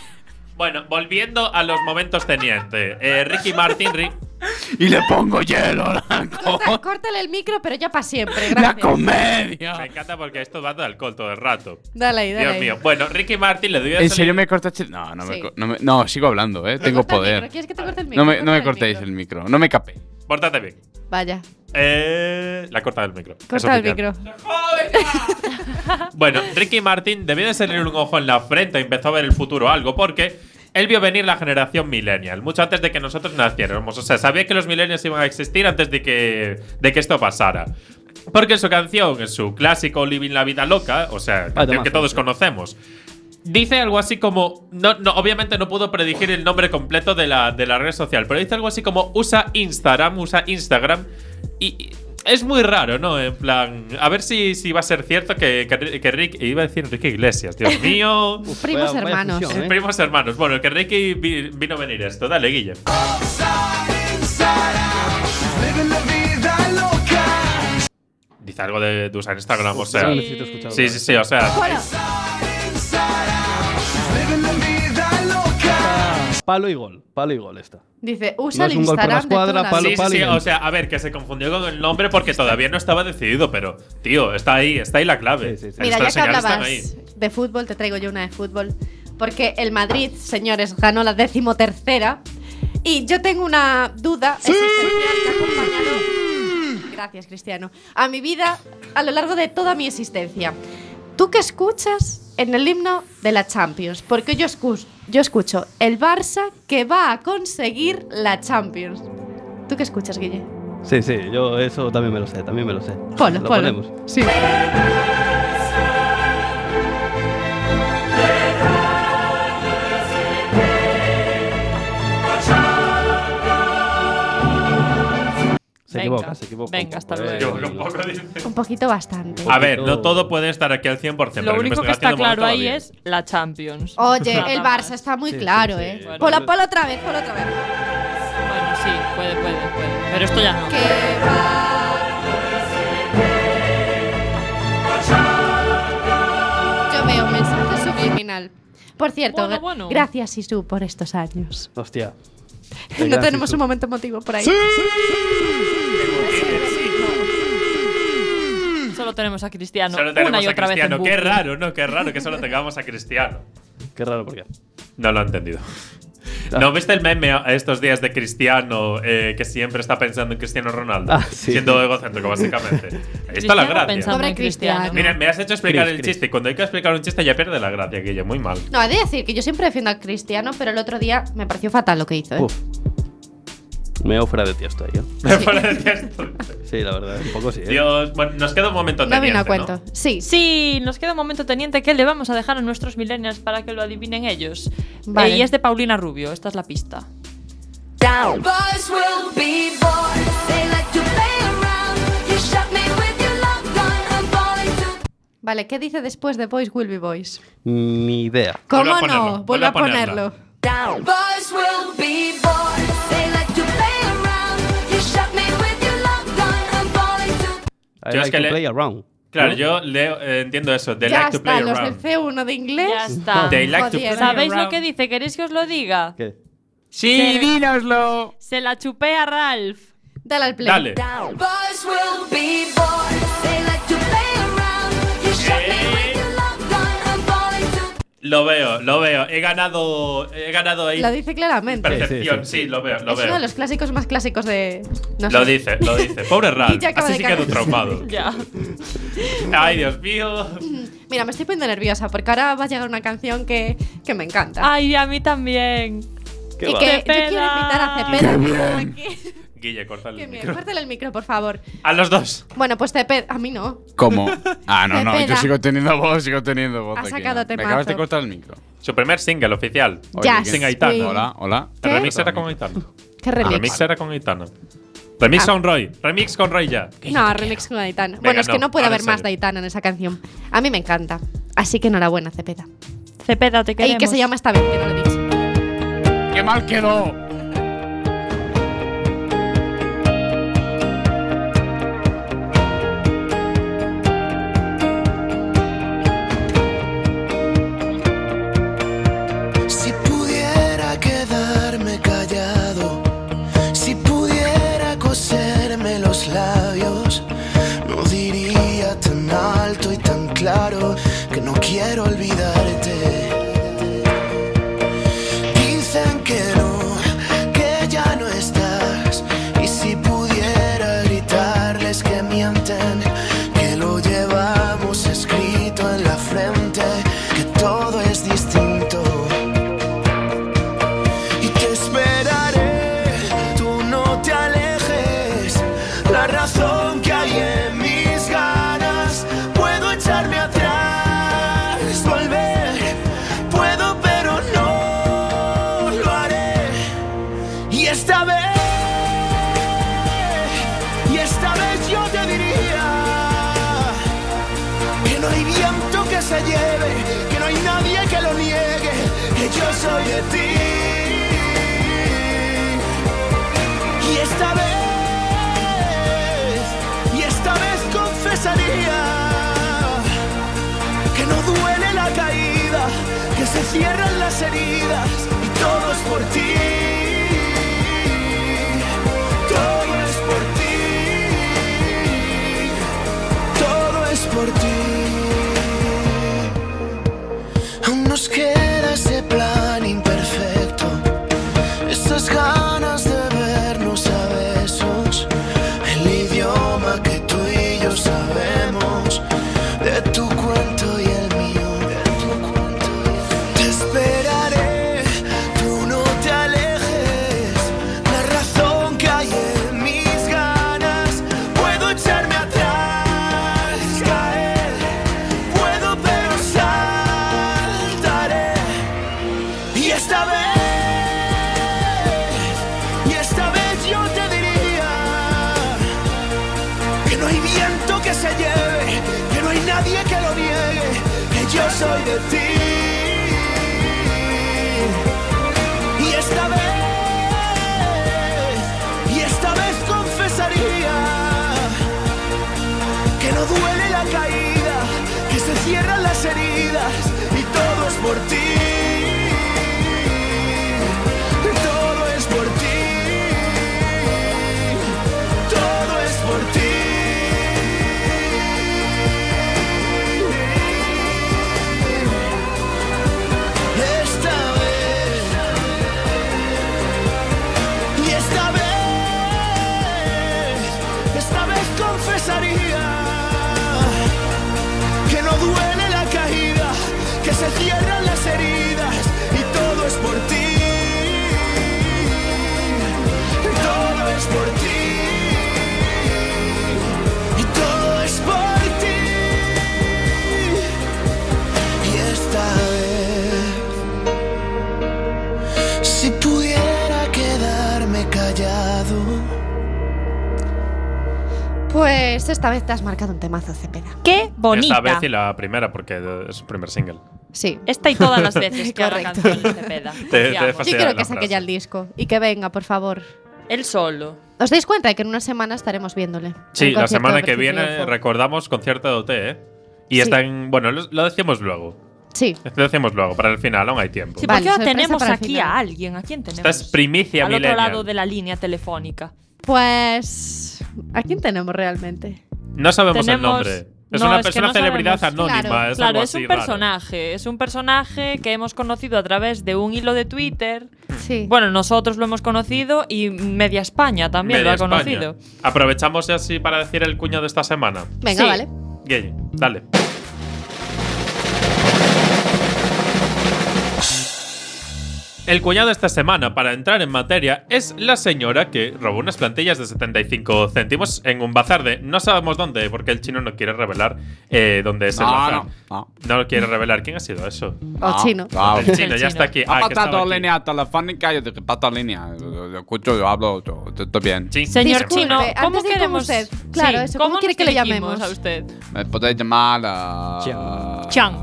Bueno, volviendo a los momentos teniente. Eh, Ricky Martin, Ri-
Y le pongo hielo a la,
Oh.
co-
Corta- Córtale el micro, pero ya para siempre.
la
Gracias.
me
comedia.
encanta porque esto va de alcohol todo el rato.
Dale ahí, dale
Dios
ahí.
mío. Bueno, Ricky Martin le dio
¿En serio me cortaste? No, no, me,
Sí.
co- no, me- no, sigo hablando, eh. Tengo
Corta el micro,
poder.
¿Quieres que te corte el micro?
No me, no me
Córtale
cortéis el micro, no me capéis.
Pórtate bien.
Vaya,
Eh, la corta del micro. Es
corta el
oficial.
micro.
Bueno, Ricky Martin debió de salir un ojo en la frente, empezó a ver el futuro algo, porque él vio venir la generación millennial, mucho antes de que nosotros naciéramos. O sea, sabía que los millennials iban a existir antes de que, de que esto pasara. Porque en su canción, en su clásico Living la Vida Loca, o sea, canción que
temazo,
todos
sí.
conocemos, dice algo así como. No, no, obviamente no puedo predecir el nombre completo de la, de la red social, pero dice algo así como: usa Instagram, usa Instagram. Y. y es muy raro, ¿no? En plan, a ver si, si va a ser cierto que, que, que Rick. Iba a decir Ricky Iglesias, Dios mío.
Primos
Vaya- vaya
hermanos.
fusión, ¿eh?
Primos hermanos. Bueno, que Ricky vi- vino a venir esto. Dale, Guille.
Living la vida loca.
Dice algo de, de usar Instagram, o
Yo
sea.
necesito escucharlo.
Sí, sí, sí, o sea.
Bueno,
Living la vida loca.
Palo y gol, palo y gol esta.
dice,
No
usa
es
el
un gol por la
Instagram de toda
escuadra,
la
palo,
Sí,
vida.
sí, sí,
Palin.
o sea, a ver, que se confundió con el nombre porque todavía no estaba decidido, pero, tío, está ahí, está ahí la clave.
Sí, sí, sí.
Mira, ya
Nuestras
que
señales están
hablabas de fútbol, te traigo yo una de fútbol. Porque el Madrid, señores, ganó la decimotercera. Y yo tengo una duda existencial que ha acompañado- Gracias, Cristiano. A mi vida, a lo largo de toda mi existencia. ¿Tú qué escuchas en el himno de la Champions? Porque yo escucho, yo escucho el Barça que va a conseguir la Champions. ¿Tú qué escuchas, Guille?
Sí, sí, yo eso también me lo sé, también me lo sé.
Polo,
Lo
polo.
ponemos.
Sí.
Se
Venga.
equivoca, se equivoca.
Venga, hasta
Eh,
luego.
un poco dice.
Un poquito bastante.
A ver, no todo puede estar aquí al 100%. pero
Lo
la
único que está
investigación de momento
claro
va
ahí
bien.
es la Champions.
Oye,
Nada
el
más.
Barça está muy
Sí, sí,
claro,
sí.
¿eh?
Bueno.
Ponlo, ponlo otra vez, ponlo otra vez.
Bueno, sí, puede, puede, puede. Pero esto ya no.
Que va. Yo veo un mensaje subliminal. Por cierto,
Bueno,
gra-
bueno.
gracias Isu por estos años.
Hostia.
no
Gracias,
tenemos
Isu.
un momento emotivo por ahí.
Solo tenemos a Cristiano
Solo tenemos
una y
a
otra
Cristiano.
vez. en
Qué
bucle.
raro, ¿no? Qué raro que solo tengamos a Cristiano.
Qué raro, porque.
No lo ha entendido.
Ah.
¿No viste el meme a estos días de Cristiano eh, que siempre está pensando en Cristiano Ronaldo?
Ah, sí.
Siendo egocéntrico, básicamente. Ahí está la
Cristiano
gracia.
pensando
Pobre
en Cristiano.
Cristiano.
Mira, me has hecho explicar
Cris,
el
Cris.
chiste y cuando hay que explicar un chiste ya pierde la gracia, Guille. Muy mal.
No, he de decir que yo siempre defiendo a Cristiano, pero el otro día me pareció fatal lo que hizo, ¿eh?
Uf. Me he fuera de tiesto ahí, ¿eh?
Me parece esto.
Sí, la verdad, un poco sí. ¿eh?
Dios, bueno, nos queda un momento
no vino a
teniente,
cuento. Sí, sí.
Sí, nos queda un momento teniente que le vamos a dejar a nuestros millennials para que lo adivinen ellos.
Vale.
Eh, y es de Paulina Rubio, esta es la pista.
Boys will be boys. They like to play around. You shot me with your long gun. I'm falling to
Vale, ¿qué dice después de Boys Will Be Boys?
Ni idea.
Vuelve
¿Cómo
a ponerlo,
no? Vuelve a ponerlo.
down. Boys will be boys. They like to play around. You shot me with your long gun. I'm falling to
I
Yo es
like
que
to
le-
play around.
Claro,
¿No?
yo leo, eh, entiendo eso. They
ya
like to
está,
play
los del
around.
C1 de inglés.
Ya está.
They like to
Joder.
play
¿Sabéis lo
around.
que dice? ¿Queréis que os lo diga?
¿Qué?
Sí, dínoslo.
Se la chupé a Ralph.
Dale al play.
Dale.
down. Boys will be boys. They like to play around. You shot me with your long gun. I'm falling to
Eh, Lo veo, lo veo. He ganado, he ganado ahí.
Lo dice claramente.
Percepción, sí, lo veo, lo
es
veo.
uno de los clásicos más clásicos de. No
Lo
sé.
dice, lo dice. Pobre Ralph.
Guille acaba
Así
de
sí quedó
cagar.
traumado.
Ya.
Ay, Dios mío.
Mira, me estoy poniendo nerviosa porque ahora va a llegar una canción que, que me encanta.
Ay, a mí también.
¿Qué
y
va?
que yo
Cepeda.
quiero invitar a Cepeda.
bien.
Aquí.
Guille, cortale
Que
el
me
micro.
córtale el micro, por favor.
A los dos.
Bueno, pues Cepeda. A mí no.
¿Cómo? Ah, no, no, yo
Cepeda.
sigo teniendo voz, sigo teniendo voz.
Ha
aquí,
sacado
¿no? Me
temazo.
acabas de cortar el micro.
Su primer single oficial.
Oye,
Jazz
sin Aitana.
Queen.
Hola, hola.
¿Qué?
El remix era con Aitana.
¿Qué
El
remix?
remix era con Aitana. Remix
Ah.
con Roy. Remix con Roy ya.
No, remix con Aitana. bueno, es que
no,
no puede
ahora
haber
en
más
serio.
de Aitana en esa canción. A mí me encanta. Así que enhorabuena, Cepeda.
Cepeda, te
Y
queremos.
que se llama esta vez, que no lo he dicho.
¡Qué mal quedó!
Si pudiera quedarme callado, si pudiera coserme los labios, no diría tan alto y tan claro que no quiero olvidarte. Dicen que no, que ya no estás. Y si pudiera gritarles que mienten, que lo llevamos escrito en la frente, que todo es distinto y te esperaré. Tú no te alejes. La razón que hay en mis ganas, puedo echarme atrás, volver. Puedo, pero no lo haré. Y esta vez, y esta vez yo te diría que no hay viento que se lleve, que no hay nadie que lo niegue, que yo soy de ti. Y esta vez, y esta vez confesaría que no duele la caída, que se cierran las heridas y todo es por ti. Todo es por ti todo es por ti. Aún nos queda ese plan imperfecto, esas ganas de vernos a besos, el idioma que tú y yo sabemos, de tu cuento y el mío. Te esperaré, tú no te alejes. yo soy de ti. Y esta vez, y esta vez confesaría que no duele la caída, que se cierran las heridas y todo es por ti. Todo es por ti. Todo es por ti. Esta vez, y esta vez, esta vez confesaría que no duele la caída, que se cierran las heridas y todo es por ti. Todo es por ti, y todo es por ti. Y esta vez, si pudiera quedarme callado,
Pues esta vez te has marcado un temazo, Cepeda.
¡Qué bonita!
Esta vez y la primera, porque eh, es su primer single.
Sí.
Esta y todas las veces que haga
Correcto.
canciones de peda.
te
Confiamos.
fas-
Yo
sea
quiero
la
que saque
frase.
ya el disco y que venga, por favor.
Él solo.
¿Os dais cuenta de que en una semana estaremos viéndole?
Sí,
En
la
concierto
semana
de
que
Virginia
viene
Woolf.
recordamos concierto de OT, ¿eh? Y
Sí.
está en. Bueno, lo, lo decimos luego.
Sí.
Lo decimos luego, para el final, aún hay tiempo.
Sí,
Vale,
porque ahora
sorpresa
tenemos
para el
aquí
final.
a alguien. ¿A quién tenemos?
Esta es primicia
Al otro
millennial.
lado de la línea telefónica.
Pues. ¿A quién tenemos realmente?
No sabemos
Tenemos-
el nombre. Es
No,
una
es que
persona
no
celebridad
sabemos.
anónima.
Claro,
es
Claro,
algo
es
así
un
raro.
personaje. Es un personaje que hemos conocido a través de un hilo de Twitter.
Hmm.
Sí.
Bueno, nosotros lo hemos conocido y media España también
Media
lo ha
España.
conocido.
Aprovechamos ya así para decir el cuño de esta semana.
Venga,
sí.
vale.
Guille, dale. El cuñado esta semana, para entrar en materia, es la señora que robó unas plantillas de 75 céntimos en un bazar de no sabemos dónde, porque el chino no quiere revelar eh, dónde es el
No,
bazar.
no, no.
No lo quiere revelar. ¿Quién ha sido eso?
O chino.
Ah,
El chino
chino.
ya está aquí.
Ha
Ah, que estaba
pasado
aquí.
línea telefónica, yo te paso línea. Yo, yo escucho, yo hablo, yo, yo estoy bien.
Sí,
Señor
siempre.
Chino,
Disculpe,
¿cómo
antes de ir con
queremos
usted, claro, eso, ¿cómo
nos
quiere que le
dirigimos
llamemos?
a usted?
Me podéis llamar a.
Chan.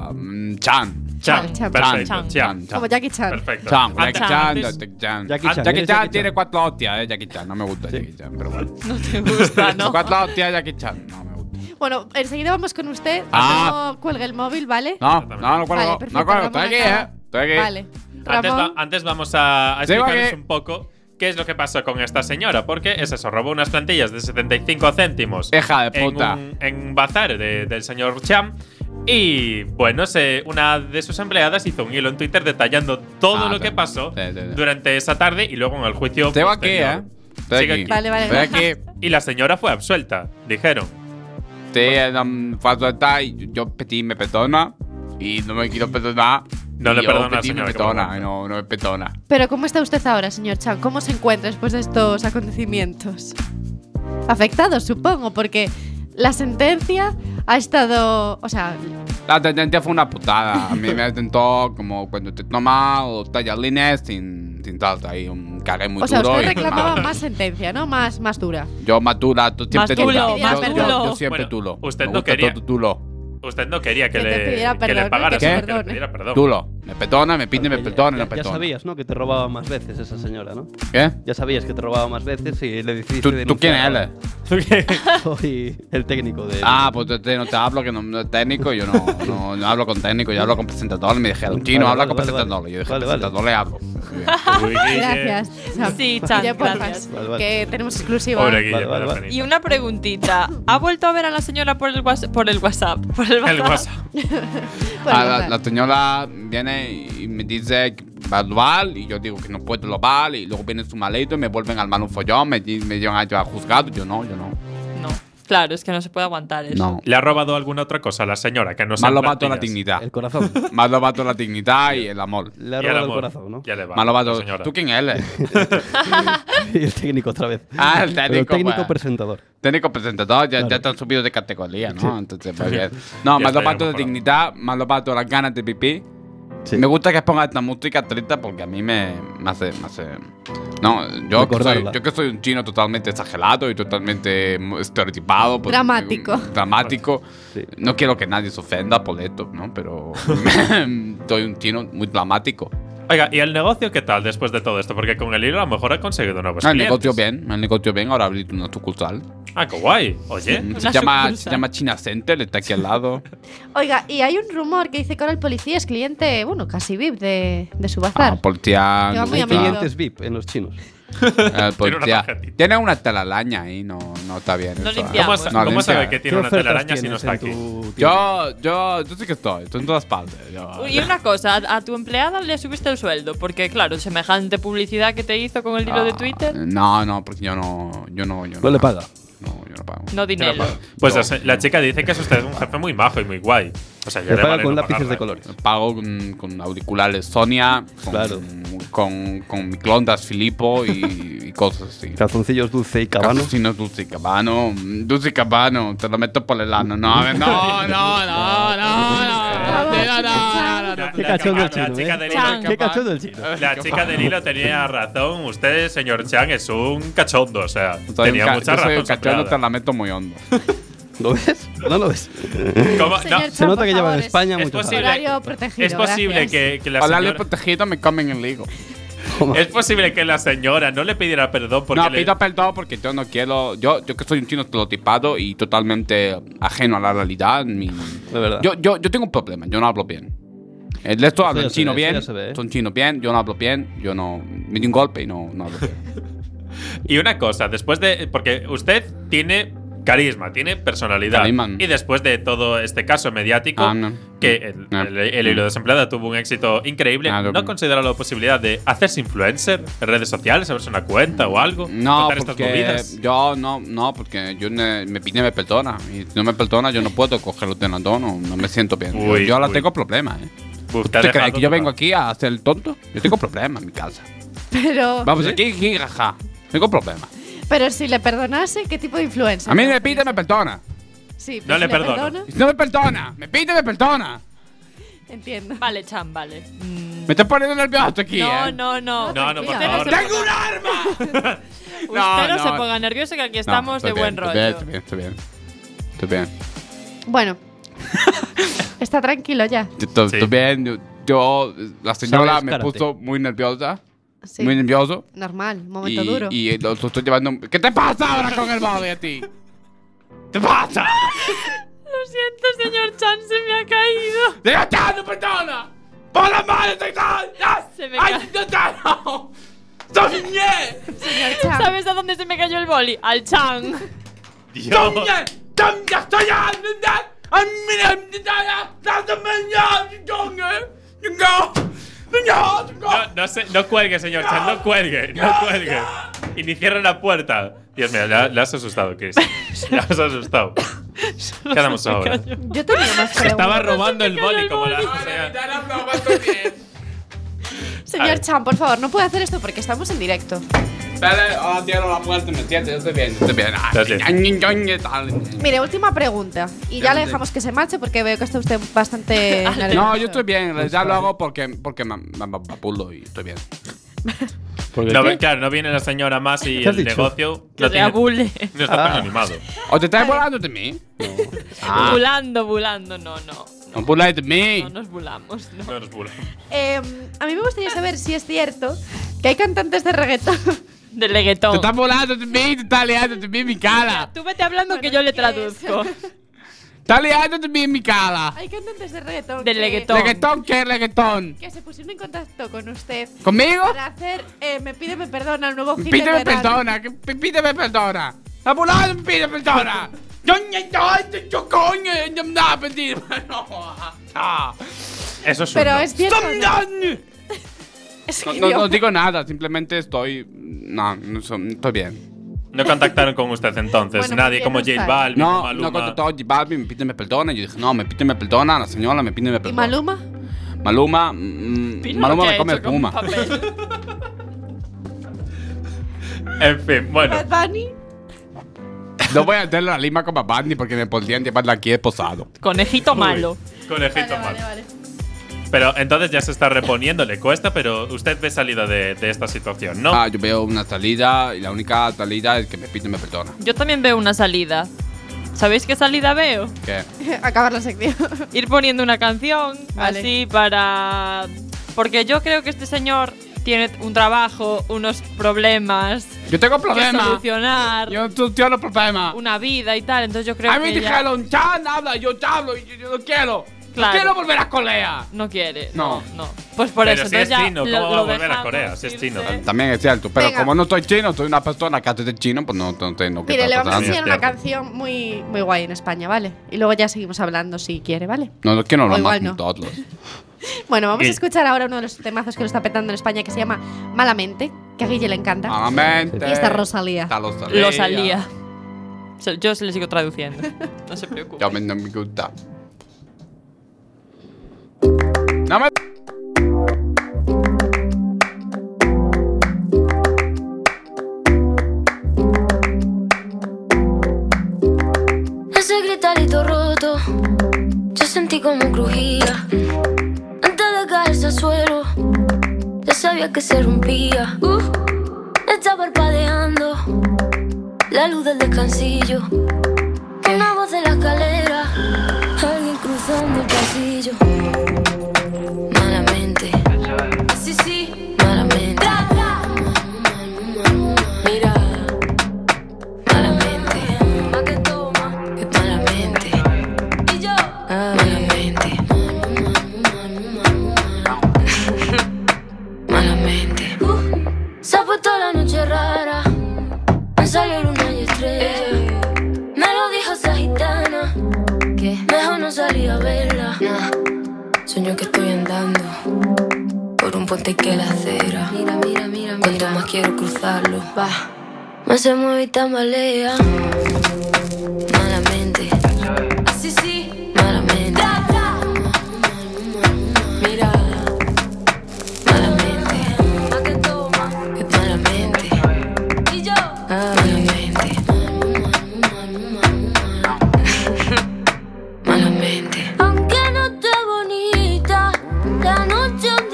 Chan. Chan.
Chan,
Chan,
perfecto,
Chan.
Chan.
Como Jackie Chan.
Perfecto.
Chan,
Antes-
Jackie Chan,
antes-
Jackie
Jackie Chan,
Chan. Jackie
eres
Chan
Jackie
tiene
Chan.
cuatro hostias, eh, Jackie Chan. No me gusta Jackie Chan, pero bueno.
No te gusta, ¿no?
Cuatro hostias, Jackie Chan. No me gusta.
Bueno, enseguida vamos con usted.
Ah.
No cuelgue el móvil, ¿vale?
No, no, no
Vale,
cuelgo.
perfecto,
No cuelgo, estoy
Ramón
aquí, eh.
acaba.
Estoy aquí.
Vale.
Antes, va-
Ramón,
antes vamos a, a
Sí,
explicarles
porque-
un poco qué es lo que pasó con esta señora, porque es eso, robó unas plantillas de 75 céntimos
Hija de puta.
en un en un bazar de- del señor Cham. Y bueno, se- una de sus empleadas hizo un hilo en Twitter detallando todo
Ah,
lo
sí.
que pasó
Sí, sí, sí.
durante esa tarde y luego en el juicio.
Estoy aquí, eh.
posterior.
Estoy
Sigue
aquí.
aquí.
Vale, vale.
Estoy aquí.
Y la señora fue absuelta, dijeron.
Te um, falta está y yo petí me petona y no me quiero perdonar.
No
y
le
yo
perdona,
petí, me
señora, qué
petona,
vergüenza.
y no, no me petona.
Pero ¿cómo está usted ahora, señor Chan? ¿Cómo se encuentra después de estos acontecimientos? Afectado, supongo, porque la sentencia ha estado, o sea,
La tendencia fue una putada. A mí me atentó como cuando te tomas o tallas líneas sin, sin salsa y un cagué muy
o sea,
duro.
usted
y
reclamaba
mal.
más sentencia, ¿no? Más más dura.
Yo matula, tú siempre
tulo,
tulas.
más
yo, yo-
tulo.
yo siempre
Bueno,
tulo.
usted
Me
no
gusta
quería.
todo tulo.
Usted no quería que,
Que te
le,
pidiera
que le
perdón,
pagara,
que te
sino que le
perdone.
pidiera perdón.
Tulo. Me petona, me pide, me
Claro,
petona,
ya,
me
ya
petona. ¿Eh?
sabías, ¿no? Que te robaba más veces esa señora, ¿no?
¿Qué?
Ya sabías que te robaba más veces y le decidiste
¿Tú, tú quién
denunciar.
eres?
Soy el técnico de.
Ah, pues te- te- no te hablo, que no, no es técnico, yo no, no, no hablo con técnico, yo hablo con presentador. Me dijeron, chino,
Vale,
habla
vale,
con
vale,
presentador.
vale.
Yo dije,
Vale, vale.
presentador le hablo. Muy bien.
Uy, Guille.
Gracias. Sam.
Sí, Chan,
Ya, porfa,
gracias.
Vale, vale.
Que tenemos ¿eh? exclusiva.
Pobre Guille,
Vale, vale,
pobre
vale.
Fenita.
Y una preguntita. ¿Ha vuelto a ver a la señora por el, whats- por el WhatsApp? Por el
El
WhatsApp.
WhatsApp.
Pues
Bueno,
Ah, la,
vale.
la señora viene y me dice que va al Dual y yo digo que no puedo global y luego viene su maleto y me vuelven al mal un follón, me, di- me llevan a llevar juzgado, yo no, yo no.
No. Claro, es que no se puede aguantar eso.
No.
¿Le ha robado alguna otra cosa a la señora que no se
Más lo vato la dignidad.
El corazón.
Más lo vato la dignidad y el amor.
Le ha robado el corazón, ¿no?
Ya le va.
Más lo vato.
señora.
¿Tú quién eres?
Y el técnico otra vez.
Ah, el
Pero
técnico.
técnico
pues.
presentador.
Técnico presentador, ya, ya
Claro.
te han subido de categoría, ¿no? Entonces, muy bien. No,
Ya
más
está, ya
lo pato de
mejorado.
dignidad, más lo pato las ganas de pipí
Sí.
Me gusta que ponga esta música triste porque a mí me, me hace, me hace- No, yo que, soy,
Recordarla.
yo que soy un chino totalmente exagerado y totalmente mm, estereotipado. pues,
Dramático.
mm, dramático.
Sí.
No quiero que nadie se ofenda por esto, ¿no? Pero soy un chino muy dramático.
Oiga, ¿y el negocio qué tal después de todo esto? Porque con el hilo a lo mejor ha conseguido nuevos
Ah, el
clientes.
negocio bien, el negocio bien. Ahora abrí una sucursal.
Ah, qué guay. Oye.
Mm, Se
Una
llama, se
sucursal.
llama China Center, está aquí al lado.
Oiga, y hay un rumor que dice que ahora el policía es cliente, bueno, casi VIP de, de su bazar.
Ah, policía.
Yo
me
muy
gusta.
amigo.
Clientes VIP en los chinos.
Eh,
Tiene una
policía.
tarjetita.
Tiene una telaraña ahí, no, no está bien.
No
eso, ¿eh?
limpiamos.
¿Cómo,
Vamos.
sa-
No,
cómo
limpia.
sabe que tiene una telaraña si no está aquí?
Yo, yo, yo sí que estoy, estoy en todas partes. yo-
Y una cosa, a, a tu empleada le subiste el sueldo, porque claro, semejante publicidad que te hizo con el hilo de
Ah,
Twitter,
No, no, porque yo no, yo no, yo no.
No le
pago.
paga.
No, yo no pago.
no dinero.
Pues
No.
la, se- la chica dice que es usted un jefe muy majo y muy guay. O sea, ya
Le
le
paga
vale
con
no
lápices
pagarla.
de colores.
Pago con, con auriculares Sonia, con,
Claro.
con, con microondas Filippo y, y cosas así.
Calzoncillos dulce y cabano.
Capuchinos Dulce y Cabano. Mm, Dulce y Cabano, te lo meto por el ano. No, a ver, no, no, no, no, no, no, no, no, no, no.
Qué cachondo
La
el chino,
chica
¿eh?
del
Chan.
hilo-
Qué cachondo el chino.
La chica del hilo tenía razón. Usted, señor Chan, es un cachondo. O sea,
Soy un
tenía
ca-
mucha
yo soy un
razón. su
cachondo, te
empleada.
la meto muy hondo.
¿Lo ves? No lo ves.
¿Cómo? No,
Señor
Se
Chan,
nota
por
que lleva
favor,
en
es-
España
es
mucho
posible.
Horario protegido.
es posible
gracias.
que, que la
Ojalá le
señora,
protegido me comen el higo.
trabajo.
es posible que la señora no le pidiera perdón porque
No,
le-
pido perdón porque yo no quiero. Yo, yo que soy un chino estereotipado y totalmente ajeno a la realidad. mi-
De verdad.
yo, yo, yo tengo un problema, yo no hablo bien. Eh, El resto hablan
ya se
chino
ve, eso
bien,
ya se ve, ¿eh?
son chinos bien, yo no hablo bien, yo no. Me di un golpe y no, no hablo bien.
Y una cosa, después de. Porque usted tiene carisma, tiene personalidad.
Carisma.
Y después de todo este caso mediático,
Ah, no.
que el,
No.
el- el hilo desempleada tuvo un éxito increíble,
Ah, yo-
¿no considera la posibilidad de hacerse influencer en redes sociales, abrirse una cuenta o algo?
No,
contar estas
porque
movidas?
yo no, no, porque yo ne- me pide me perdona. Y si no me perdona, yo no puedo coger los tenedor, no, no me siento bien. Yo-
Uy,
yo ahora
uy.
tengo problemas, ¿eh?
Uf, te ha
¿Tú
dejado
crees que yo
total.
vengo aquí a hacer el tonto? Yo tengo problemas en mi casa.
Pero,
Vamos aquí, jijaja. Tengo problemas.
pero si le perdonase, ¿qué tipo de influencer?
A mí me pide me perdona.
Sí, pero
No
si
le perdono.
perdona,
Y si no me perdona, me pide, me perdona.
Entiendo.
Vale, Chan, vale. Mm,
Me estás poniendo nervioso aquí,
No,
¿eh?
no, no.
No, no, por
Tranquila.
favor.
¡Tengo un arma!
Usted
No,
no,
no.
se ponga nervioso que aquí estamos
No,
de
estoy
buen
bien, estoy
rollo.
bien, Estoy bien, estoy bien. Estoy bien.
Bueno. Está tranquilo ya.
Yo to-
Sí.
Estoy bien. Yo, yo- la señora
Sabes
me
karate.
puso muy nerviosa.
Sí.
Muy nervioso.
Normal, momento
Y,
duro.
y lo lo estoy llevando. ¿Qué te pasa ahora con el móvil a ti? ¿Te pasa?
Lo siento, señor Chan, se me ha caído.
¡Desgastando, perdona! ¡Por la madre, te ¡Ya!
Se me
¡Ay,
cae.
no, no, no! ¡Soñé!
Señor Chan,
¿Sabes a dónde se me cayó el boli? Al Chan.
Dios.
eh!
No, no, sé, no cuelgue, señor Chan, no cuelgue, no cuelgue. Y ni cierre la puerta. Dios mío, la, la has asustado, Chris. La has asustado. ¿Qué hacemos ahora?
yo tenía más preguntas.
Estaba robando el boli
el
como la.
boli.
o sea, A
Señor
ver.
Chan, por favor, no puede hacer esto porque estamos en directo.
Dale, oh, cierro la puerta, me siento, yo estoy bien, yo estoy bien. Ah,
Estás bien.
ñan, ñan, ñan, tal.
Mire, última pregunta. Y ya le dejamos que se marche porque veo que está usted bastante.
No,
nervioso.
yo estoy bien, en realidad lo hago porque, porque me, me, me apulo y estoy bien.
No, ve- claro, no viene la señora más y
¿Qué has
el
dicho?
negocio.
Que
No,
sea
tiene,
bule.
no está tan animado.
¿O te estás burlando de mí? Ah,
Bulando, bulando. No, no.
no burláis de mí.
No nos bulamos, no.
No nos burla.
Eh, a mí me gustaría saber si es cierto que hay cantantes de reggaetón.
De
Te
leguetón.
estás burlando de mí, te estás liando de mí en mi cara.
Tú vete hablando
Bueno,
que yo le
¿qué es?
traduzco.
Estás liando de mí en mi cara.
hay cantantes de reggaetón.
De
que-
reggaetón.
¿Leguetón qué, leguetón?
Que se pusieron en contacto con usted
¿Conmigo?
para hacer. eh, me pide me perdona el nuevo hit. del
Pídeme
verano.
perdona, que- pí- pídeme perdona. La burlada me pide perdona. Yo ñan, ñan, yo coño, yo me da a pedir. No, ah.
Eso es un
Pero
no.
es cierto. o no? Es
No,
que
no-
yo-
no digo nada, simplemente estoy. No, no so- estoy bien.
No contactaron con usted entonces.
Bueno,
Nadie
pues
como
ya no
J
está.
Balvin, como
No,
Maluma.
no contestó J Balvin, me pide me perdona. Yo dije, no, me pide me perdona, la señora me pide me
¿Y
perdona.
Maluma?
Maluma, mm,
Pino
Maluma
lo que
me
ha
come
hecho con
puma.
papel.
En fin, bueno.
Bad Bunny.
No voy a hacer la lima con Babandi porque me podrían llevarla aquí esposado.
Conejito malo.
Conejito
Vale, vale,
mal.
vale.
Pero entonces ya se está reponiendo, le cuesta, pero usted ve salida de, de esta situación, ¿no?
Ah, yo veo una salida y la única salida es que me pide y me perdona.
Yo también veo una salida. ¿Sabéis qué salida veo?
¿Qué?
Acabar la sección.
Ir poniendo una canción
Vale.
así para... Porque yo creo que este señor tiene un trabajo, unos problemas
Yo tengo
que
problemas.
solucionar,
Yo soluciono problemas.
una vida y tal. Entonces yo creo
A mí
que ella
dijeron, Chan, habla, yo te hablo y yo, yo no quiero.
Claro.
No quiero volver a Corea.
no quiere.
No.
no. Pues por
Pero
eso.
si es
entonces ya
chino,
lo-
¿cómo
lo
va a volver a
dejamos
Corea? Si es
irse.
chino.
También es cierto, pero
Venga.
como no soy chino, soy una persona que hace de chino, pues no, no tengo que
Mire, le
estar
vamos a
tratando.
enseñar una
Cierto.
canción muy, muy guay en España, ¿vale? Y luego ya seguimos hablando si quiere, ¿vale?
No, no quiero
O
hablar más
igual
con
no.
todos.
Bueno, vamos a
Guille.
escuchar ahora uno de los temazos que lo está petando en España que se llama Malamente, que a Guille le encanta.
Amamente.
Y está Rosalía.
Está Rosalía.
Lo salía. O sea, Yo se le sigo traduciendo. No se preocupe.
Yo me, no me gusta. No me.
Ese gritarito roto, yo sentí como crujía. Antes de caerse al suelo, ya sabía que se rompía. Uf, está parpadeando la luz del descansillo. Una voz de la escalera, alguien cruzando el pasillo. Malamente, sí, sí, malamente. Mira, malamente. Más que toma. Malamente. Y yo. Ah, Malamente. Malamente. Uh, Se ha puesto la noche rara. Me salió luna y estrella. Me lo dijo esa gitana. Que mejor no salí a verla. Sueño que estoy andando. Por un puente que la acera. Mira, mira, mira. Cuanto más quiero cruzarlo. Va. Más se mueve y tambalea malamente. Así sí, malamente. Mira, malamente. Más que toma, malamente. Y yo, malamente. Malamente. Aunque no esté bonita, la noche donde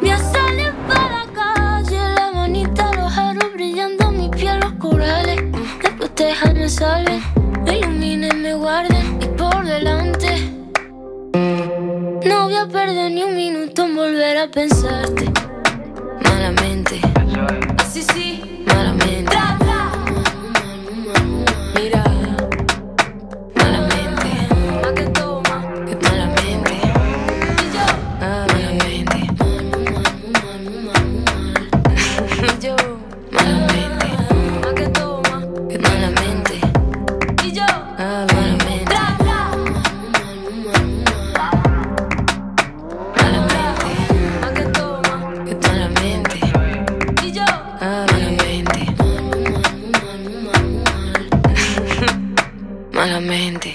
Voy a salir para la calle, la manita, los aros brillando, mi piel, los corales. Me protejan, me salven, me iluminen, me guarden. Y por delante, no voy a perder ni un minuto en volver a pensarte. Malamente, así sí, malamente. Mira, malamente, más que toma, malamente. Y yo, malamente. Y yo, malamente. Más que toma, malamente. Y yo, malamente. Malamente. Más que toma, malamente. Y yo, malamente. Malamente.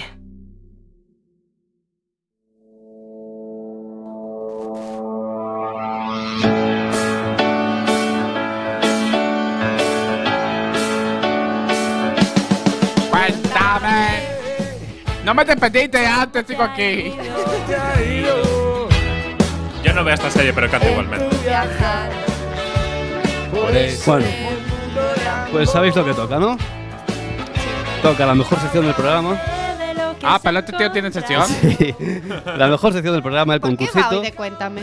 Cuéntame. No me despediste antes, sigo aquí.
Yo no veo esta serie, pero
Eh,
canto igualmente.
Bueno, pues sabéis lo que toca, ¿no? Toca la mejor sección del programa.
Ah, pero este tío tiene sesión.
la mejor sección del programa, el
¿Por qué va hoy
concursito.
de Cuéntame?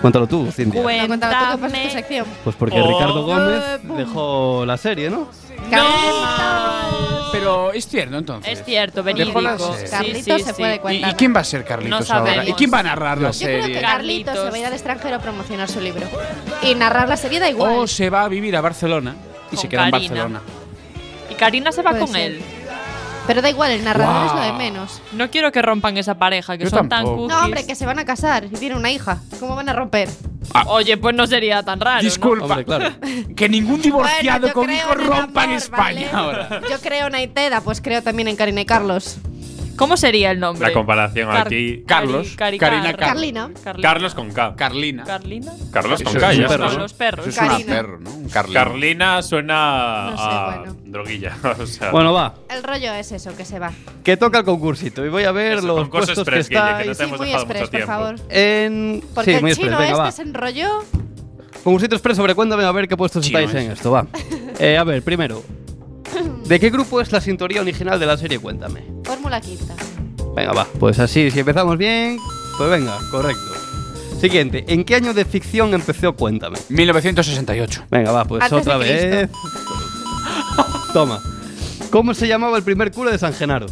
Cuéntalo tú, Cindy.
No, cuéntame tú, ¿qué pasa en tu
Cuéntame.
sección?
Pues porque
Oh.
Ricardo
Eh,
Gómez
pum.
dejó la serie, ¿no?
Carlitos.
Pero es cierto, entonces.
Es cierto,
Dejó la
verídico.
serie.
Sí,
Carlitos
sí,
se
sí.
puede
¿Y,
cuentar.
y quién va a ser Carlitos
No
ahora?
sabemos.
¿Y quién va a narrar la
Yo creo que
serie?
Carlitos se va a ir al
Carlitos.
extranjero a promocionar su libro. Y narrar la serie da igual.
O se va a vivir a Barcelona y
Con
se queda
Karina.
en Barcelona.
Y Karina se va
Puede
con
ser.
él.
Pero da igual, el narrador es lo de
Guau.
menos.
No quiero que rompan esa pareja, que
Yo
son tan
tampoco.
cookies.
No, hombre, que se van a casar y tienen una hija. ¿Cómo van a romper?
Oye, pues no sería tan raro. ¿no?
Disculpa.
Hombre, claro.
Que ningún divorciado
yo
con
creo
hijos
en el
rompa en
amor,
España
¿vale?
ahora.
Yo creo en Aiteda, pues creo también en Karina y Carlos.
¿Cómo sería el nombre?
La comparación
Car-
aquí.
Carlos,
Cari-
Karina,
Car-
Carlina.
Carlos con K.
Carlina.
Carlina.
Carlos con
Eso
K, ya
es un
está.
perro,
Con los perros.
Eso es una
Carlina.
perro, ¿no? Un Carlina.
Carlina suena
No sé,
a
bueno.
droguilla. O sea,
Bueno, va.
El rollo es eso, que se va.
Que toca el concursito. Y voy a ver
Eso,
los
concurso
puestos que
express, Guille, que
estáis.
no te
Sí,
hemos
muy
dejado mucho
express, por
tiempo.
favor.
En.
Porque
sí, muy
el
express.
chino
Venga,
este
va.
se enrolló.
Concursito express sobre cuéntame a ver qué puestos
Chino
estáis en
ese.
esto, va. Eh, a ver, primero. ¿De qué grupo es la sintonía original de la serie Cuéntame?
Fórmula quinta.
Venga, va. Pues así, si empezamos bien, pues venga, correcto. Siguiente, ¿en qué año de ficción empezó Cuéntame?
1968.
Venga, va, pues
Antes de
otra vez. Toma. ¿Cómo se llamaba el primer cura de San Genaro?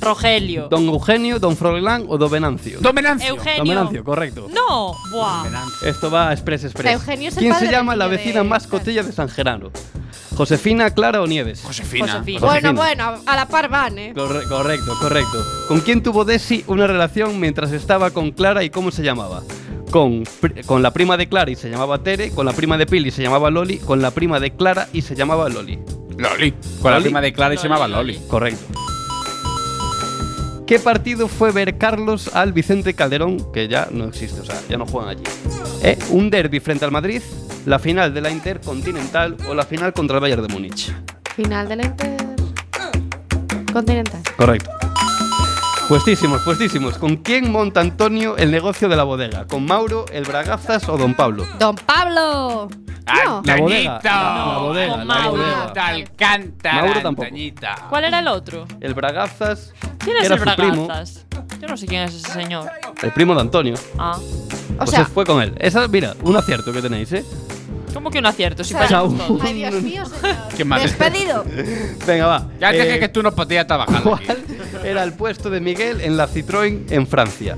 Rogelio.
¿Don Eugenio, Don Froilán o Don Venancio?
Dominancia.
Eugenio.
Don Venancio, correcto.
No. Buah.
Esto va a Express Express.
Eugenio es el
¿Quién
padre
se llama
del
la
niño
vecina
de-
más cotilla de San Genaro? ¿Josefina, Clara o Nieves?
Josefina.
Josefina.
Bueno,
Josefina.
bueno, a la par van, ¿eh?
Corre- correcto, correcto. ¿Con quién tuvo Desi una relación mientras estaba con Clara y cómo se llamaba? Con, pri- con la prima de Clara y se llamaba Tere, con la prima de Pili se llamaba Loli, con la prima de Clara y se llamaba Loli.
Loli. Con la
Loli.
prima de Clara y se llamaba Ah, Loli.
Correcto. ¿Qué partido fue ver Carlos al Vicente Calderón, que ya no existe, o sea, ya no juegan allí? ¿Eh? ¿Un derby frente al Madrid? ¿La final de la Intercontinental o la final contra el Bayern de Múnich?
Final del Inter. Continental.
Correcto. Puestísimos, puestísimos. ¿Con quién monta Antonio el negocio de la bodega? ¿Con Mauro, el Bragazas o Don Pablo?
¡Don Pablo!
Ah,
No.
La bodega.
Antañito.
La bodega.
con
la
Mauro.
bodega.
Te Alcántara.
Mauro tampoco.
Antañita.
¿Cuál era el otro?
El Bragazas.
¿Quién
que
es
era
el
su primo.
Bragazas? Yo no sé quién es ese señor.
El primo de Antonio.
Ah.
O
Pues
sea,
se fue con él. Esa, mira, un acierto que tenéis, ¿eh?
¿Cómo que un acierto? Si
O sea,
fallamos
Chao.
todos.
ay Dios mío, señor.
Qué mal.
Despedido.
Venga, va.
Ya
Eh,
dije que tú no podías trabajar. aquí.
¿Cuál era el puesto de Miguel en la Citroën en Francia?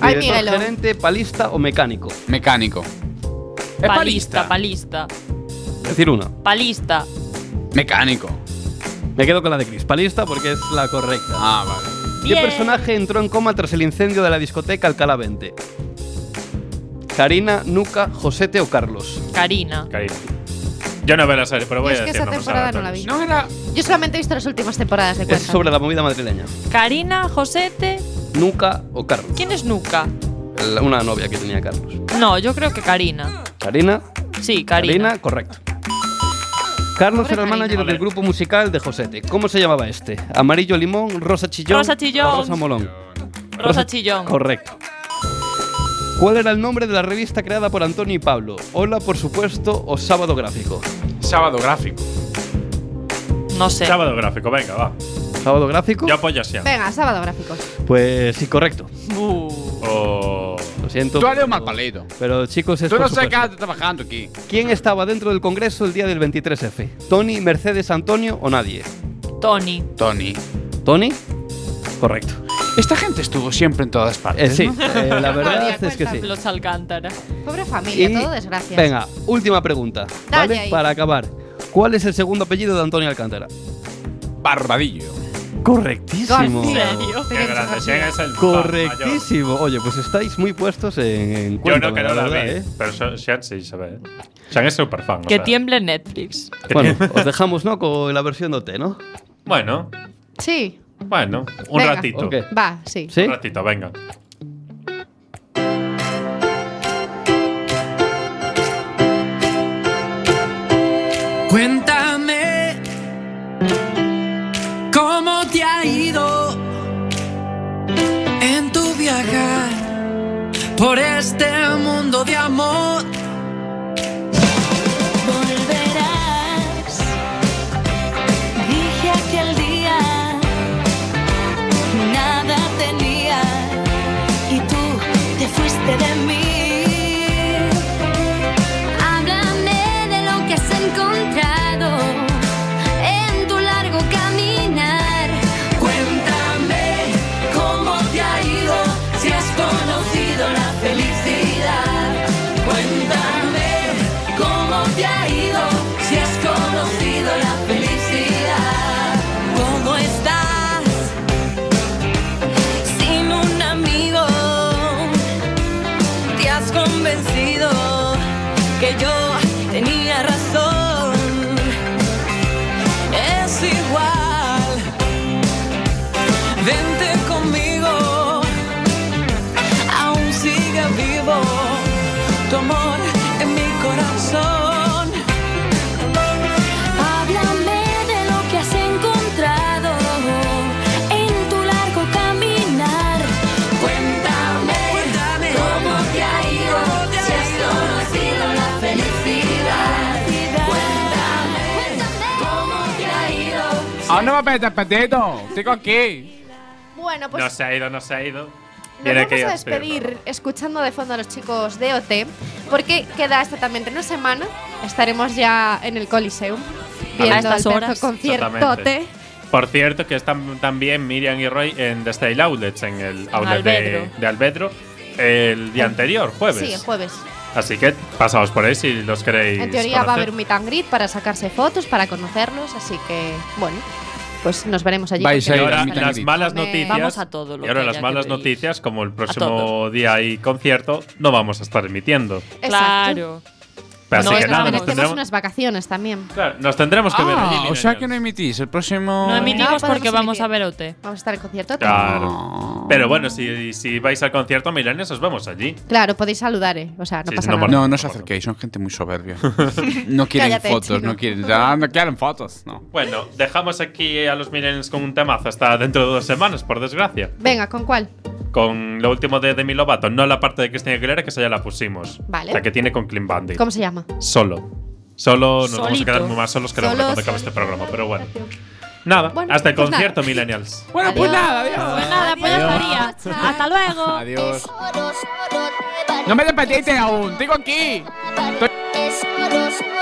Ay,
¿Director
Miguelo.
gerente, palista o mecánico?
Mecánico. Es
Palista, palista.
Decir una.
Palista.
Mecánico.
Me quedo con la de Cris. Palista porque es la correcta.
Ah, vale.
¿Qué
Bien.
personaje entró en coma tras el incendio de la discoteca Alcalá 20? Karina, Nuca, Josete o Carlos.
Karina.
Karina. Yo no veo la serie, pero voy
Yo es
a
que
decir
esa
nombres
temporada no la vi.
aleatorios.
No era.
Yo solamente he visto las últimas temporadas de
Es
Cuéntame.
sobre la movida madrileña.
Karina, Josete.
Nuca o Carlos.
¿Quién es Nuca?
La- Una novia que tenía Carlos.
No, yo creo que Karina.
Karina,
Sí, Karina.
Karina, correcto. Carlos
Pobre
era el
Karina.
manager del grupo musical de Josete. ¿Cómo se llamaba este? Amarillo Limón, Rosa Chillón,
Rosa Chillón.
o Rosa Molón.
Rosa Chillón.
Correcto. ¿Cuál era el nombre de la revista creada por Antonio y Pablo? Hola, por supuesto, o Sábado Gráfico.
Sábado gráfico.
No sé.
Sábado gráfico, venga, va.
¿Sábado Gráfico?
Yo apoyo a Siam.
Venga, sábado gráficos.
Pues sí, correcto.
Uh.
O-
Lo siento.
Tú eres un
pero-
mal palito.
Pero chicos, es
Tú no
por
sabes qué
supuesto.
estás trabajando aquí.
¿Quién estaba dentro del Congreso el día del 23F? ¿Tony, Mercedes, Antonio o nadie?
Tony.
Tony.
¿Tony? Correcto.
Esta gente estuvo siempre en todas
Eh,
partes.
sí, eh, la verdad
Nadie,
es que sí.
Los Alcántara.
Pobre familia,
Y
todo desgracias.
venga, última pregunta,
Dale
¿vale?
ahí.
Para acabar. ¿Cuál es el segundo apellido de Antonio Alcántara?
Barbadillo.
Correctísimo.
¿En serio?
Qué eh. grande. Sian es el fan
Correctísimo. Oye, pues estáis muy puestos en, en
mayor. Yo
Cuéntame,
no que no la
verdad,
vi,
¿eh?
pero so- Sian sí se ve. ¿eh? Sian es súper fan.
Que tiemble Netflix.
Bueno, os dejamos, ¿no? Con la versión de OT, ¿no?
Bueno,
Sí,
bueno, un
Venga. Pues
ratito.
Ok.
va, sí.
¿Sí?
Un ratito, venga.
Cuéntame cómo te ha ido en tu viajar por este mundo de amor.
Volverás, dije aquel día, nada tenía y tú te fuiste de mí. Háblame de lo que has encontrado en tu largo caminar.
Cuéntame cómo te ha ido si has conocido la felicidad. Cuéntame
¿A dónde va a meter patito? Sigo aquí.
Bueno, pues
No se ha ido, no se ha ido.
Nos
Tiene
vamos a
que ir
despedir
Spiderman.
escuchando de fondo a los chicos de OT, porque queda exactamente una semana. Estaremos ya en el Coliseum viendo
A estas
el
horas.
conciertote.
Exactamente. Por cierto, que están también Miriam y Roy en The Style Outlets, en el outlet de,
Albedro.
de Albedro, el día anterior, jueves.
Sí, jueves.
Así que pasaos por ahí si los queréis.
En teoría va a haber un
conocer.
meet and greet para sacarse fotos, para conocerlos, así que bueno, pues nos veremos allí.
Vais
Y
a ir
ahora
meet and
las
greet.
malas
Hombre,
noticias.
vamos a todo lo
y ahora
que
las
haya
malas
que pedir.
noticias, como el próximo
todos.
día hay concierto, no vamos a estar emitiendo.
Exacto.
Claro.
Pero
No,
así que
no,
nada,
no,
nos
tenemos
tendremos,
unas vacaciones también.
claro, nos tendremos que ver allí.
Ah, o
niños.
sea que no emitís. El próximo.
No emitimos
podemos
porque vamos
emitir.
a ver OT.
Vamos a estar en conciertote.
Claro. Pero bueno, si, si vais al concierto, Milenios, os vemos allí.
Claro, podéis saludar, eh. O sea, no
Sí,
pasa
no
nada.
No, no os acerquéis, son gente muy soberbia. No quieren
Cállate,
fotos,
chino.
no quieren. ya no quieren fotos, no.
Bueno, dejamos aquí a los Millennials con un temazo hasta dentro de dos semanas, por desgracia.
Venga, ¿con cuál?
Con lo último de Demi Lovato, no la parte de Cristina Aguilera, que esa ya la pusimos.
Vale.
La que tiene con Clean Bandit.
¿Cómo se llama?
Solo. Solo nos vamos a
Solito.
quedar muy más solos que nada
Solo,
cuando acabe este
solito.
programa, pero bueno. Nada,
Bueno,
hasta el
pues
concierto,
nada.
Millennials.
Bueno, pues nada, adiós.
Pues nada, pues ya estaría. Hasta luego.
Adiós. No me despediste aún, tengo aquí.
Tesoro, solo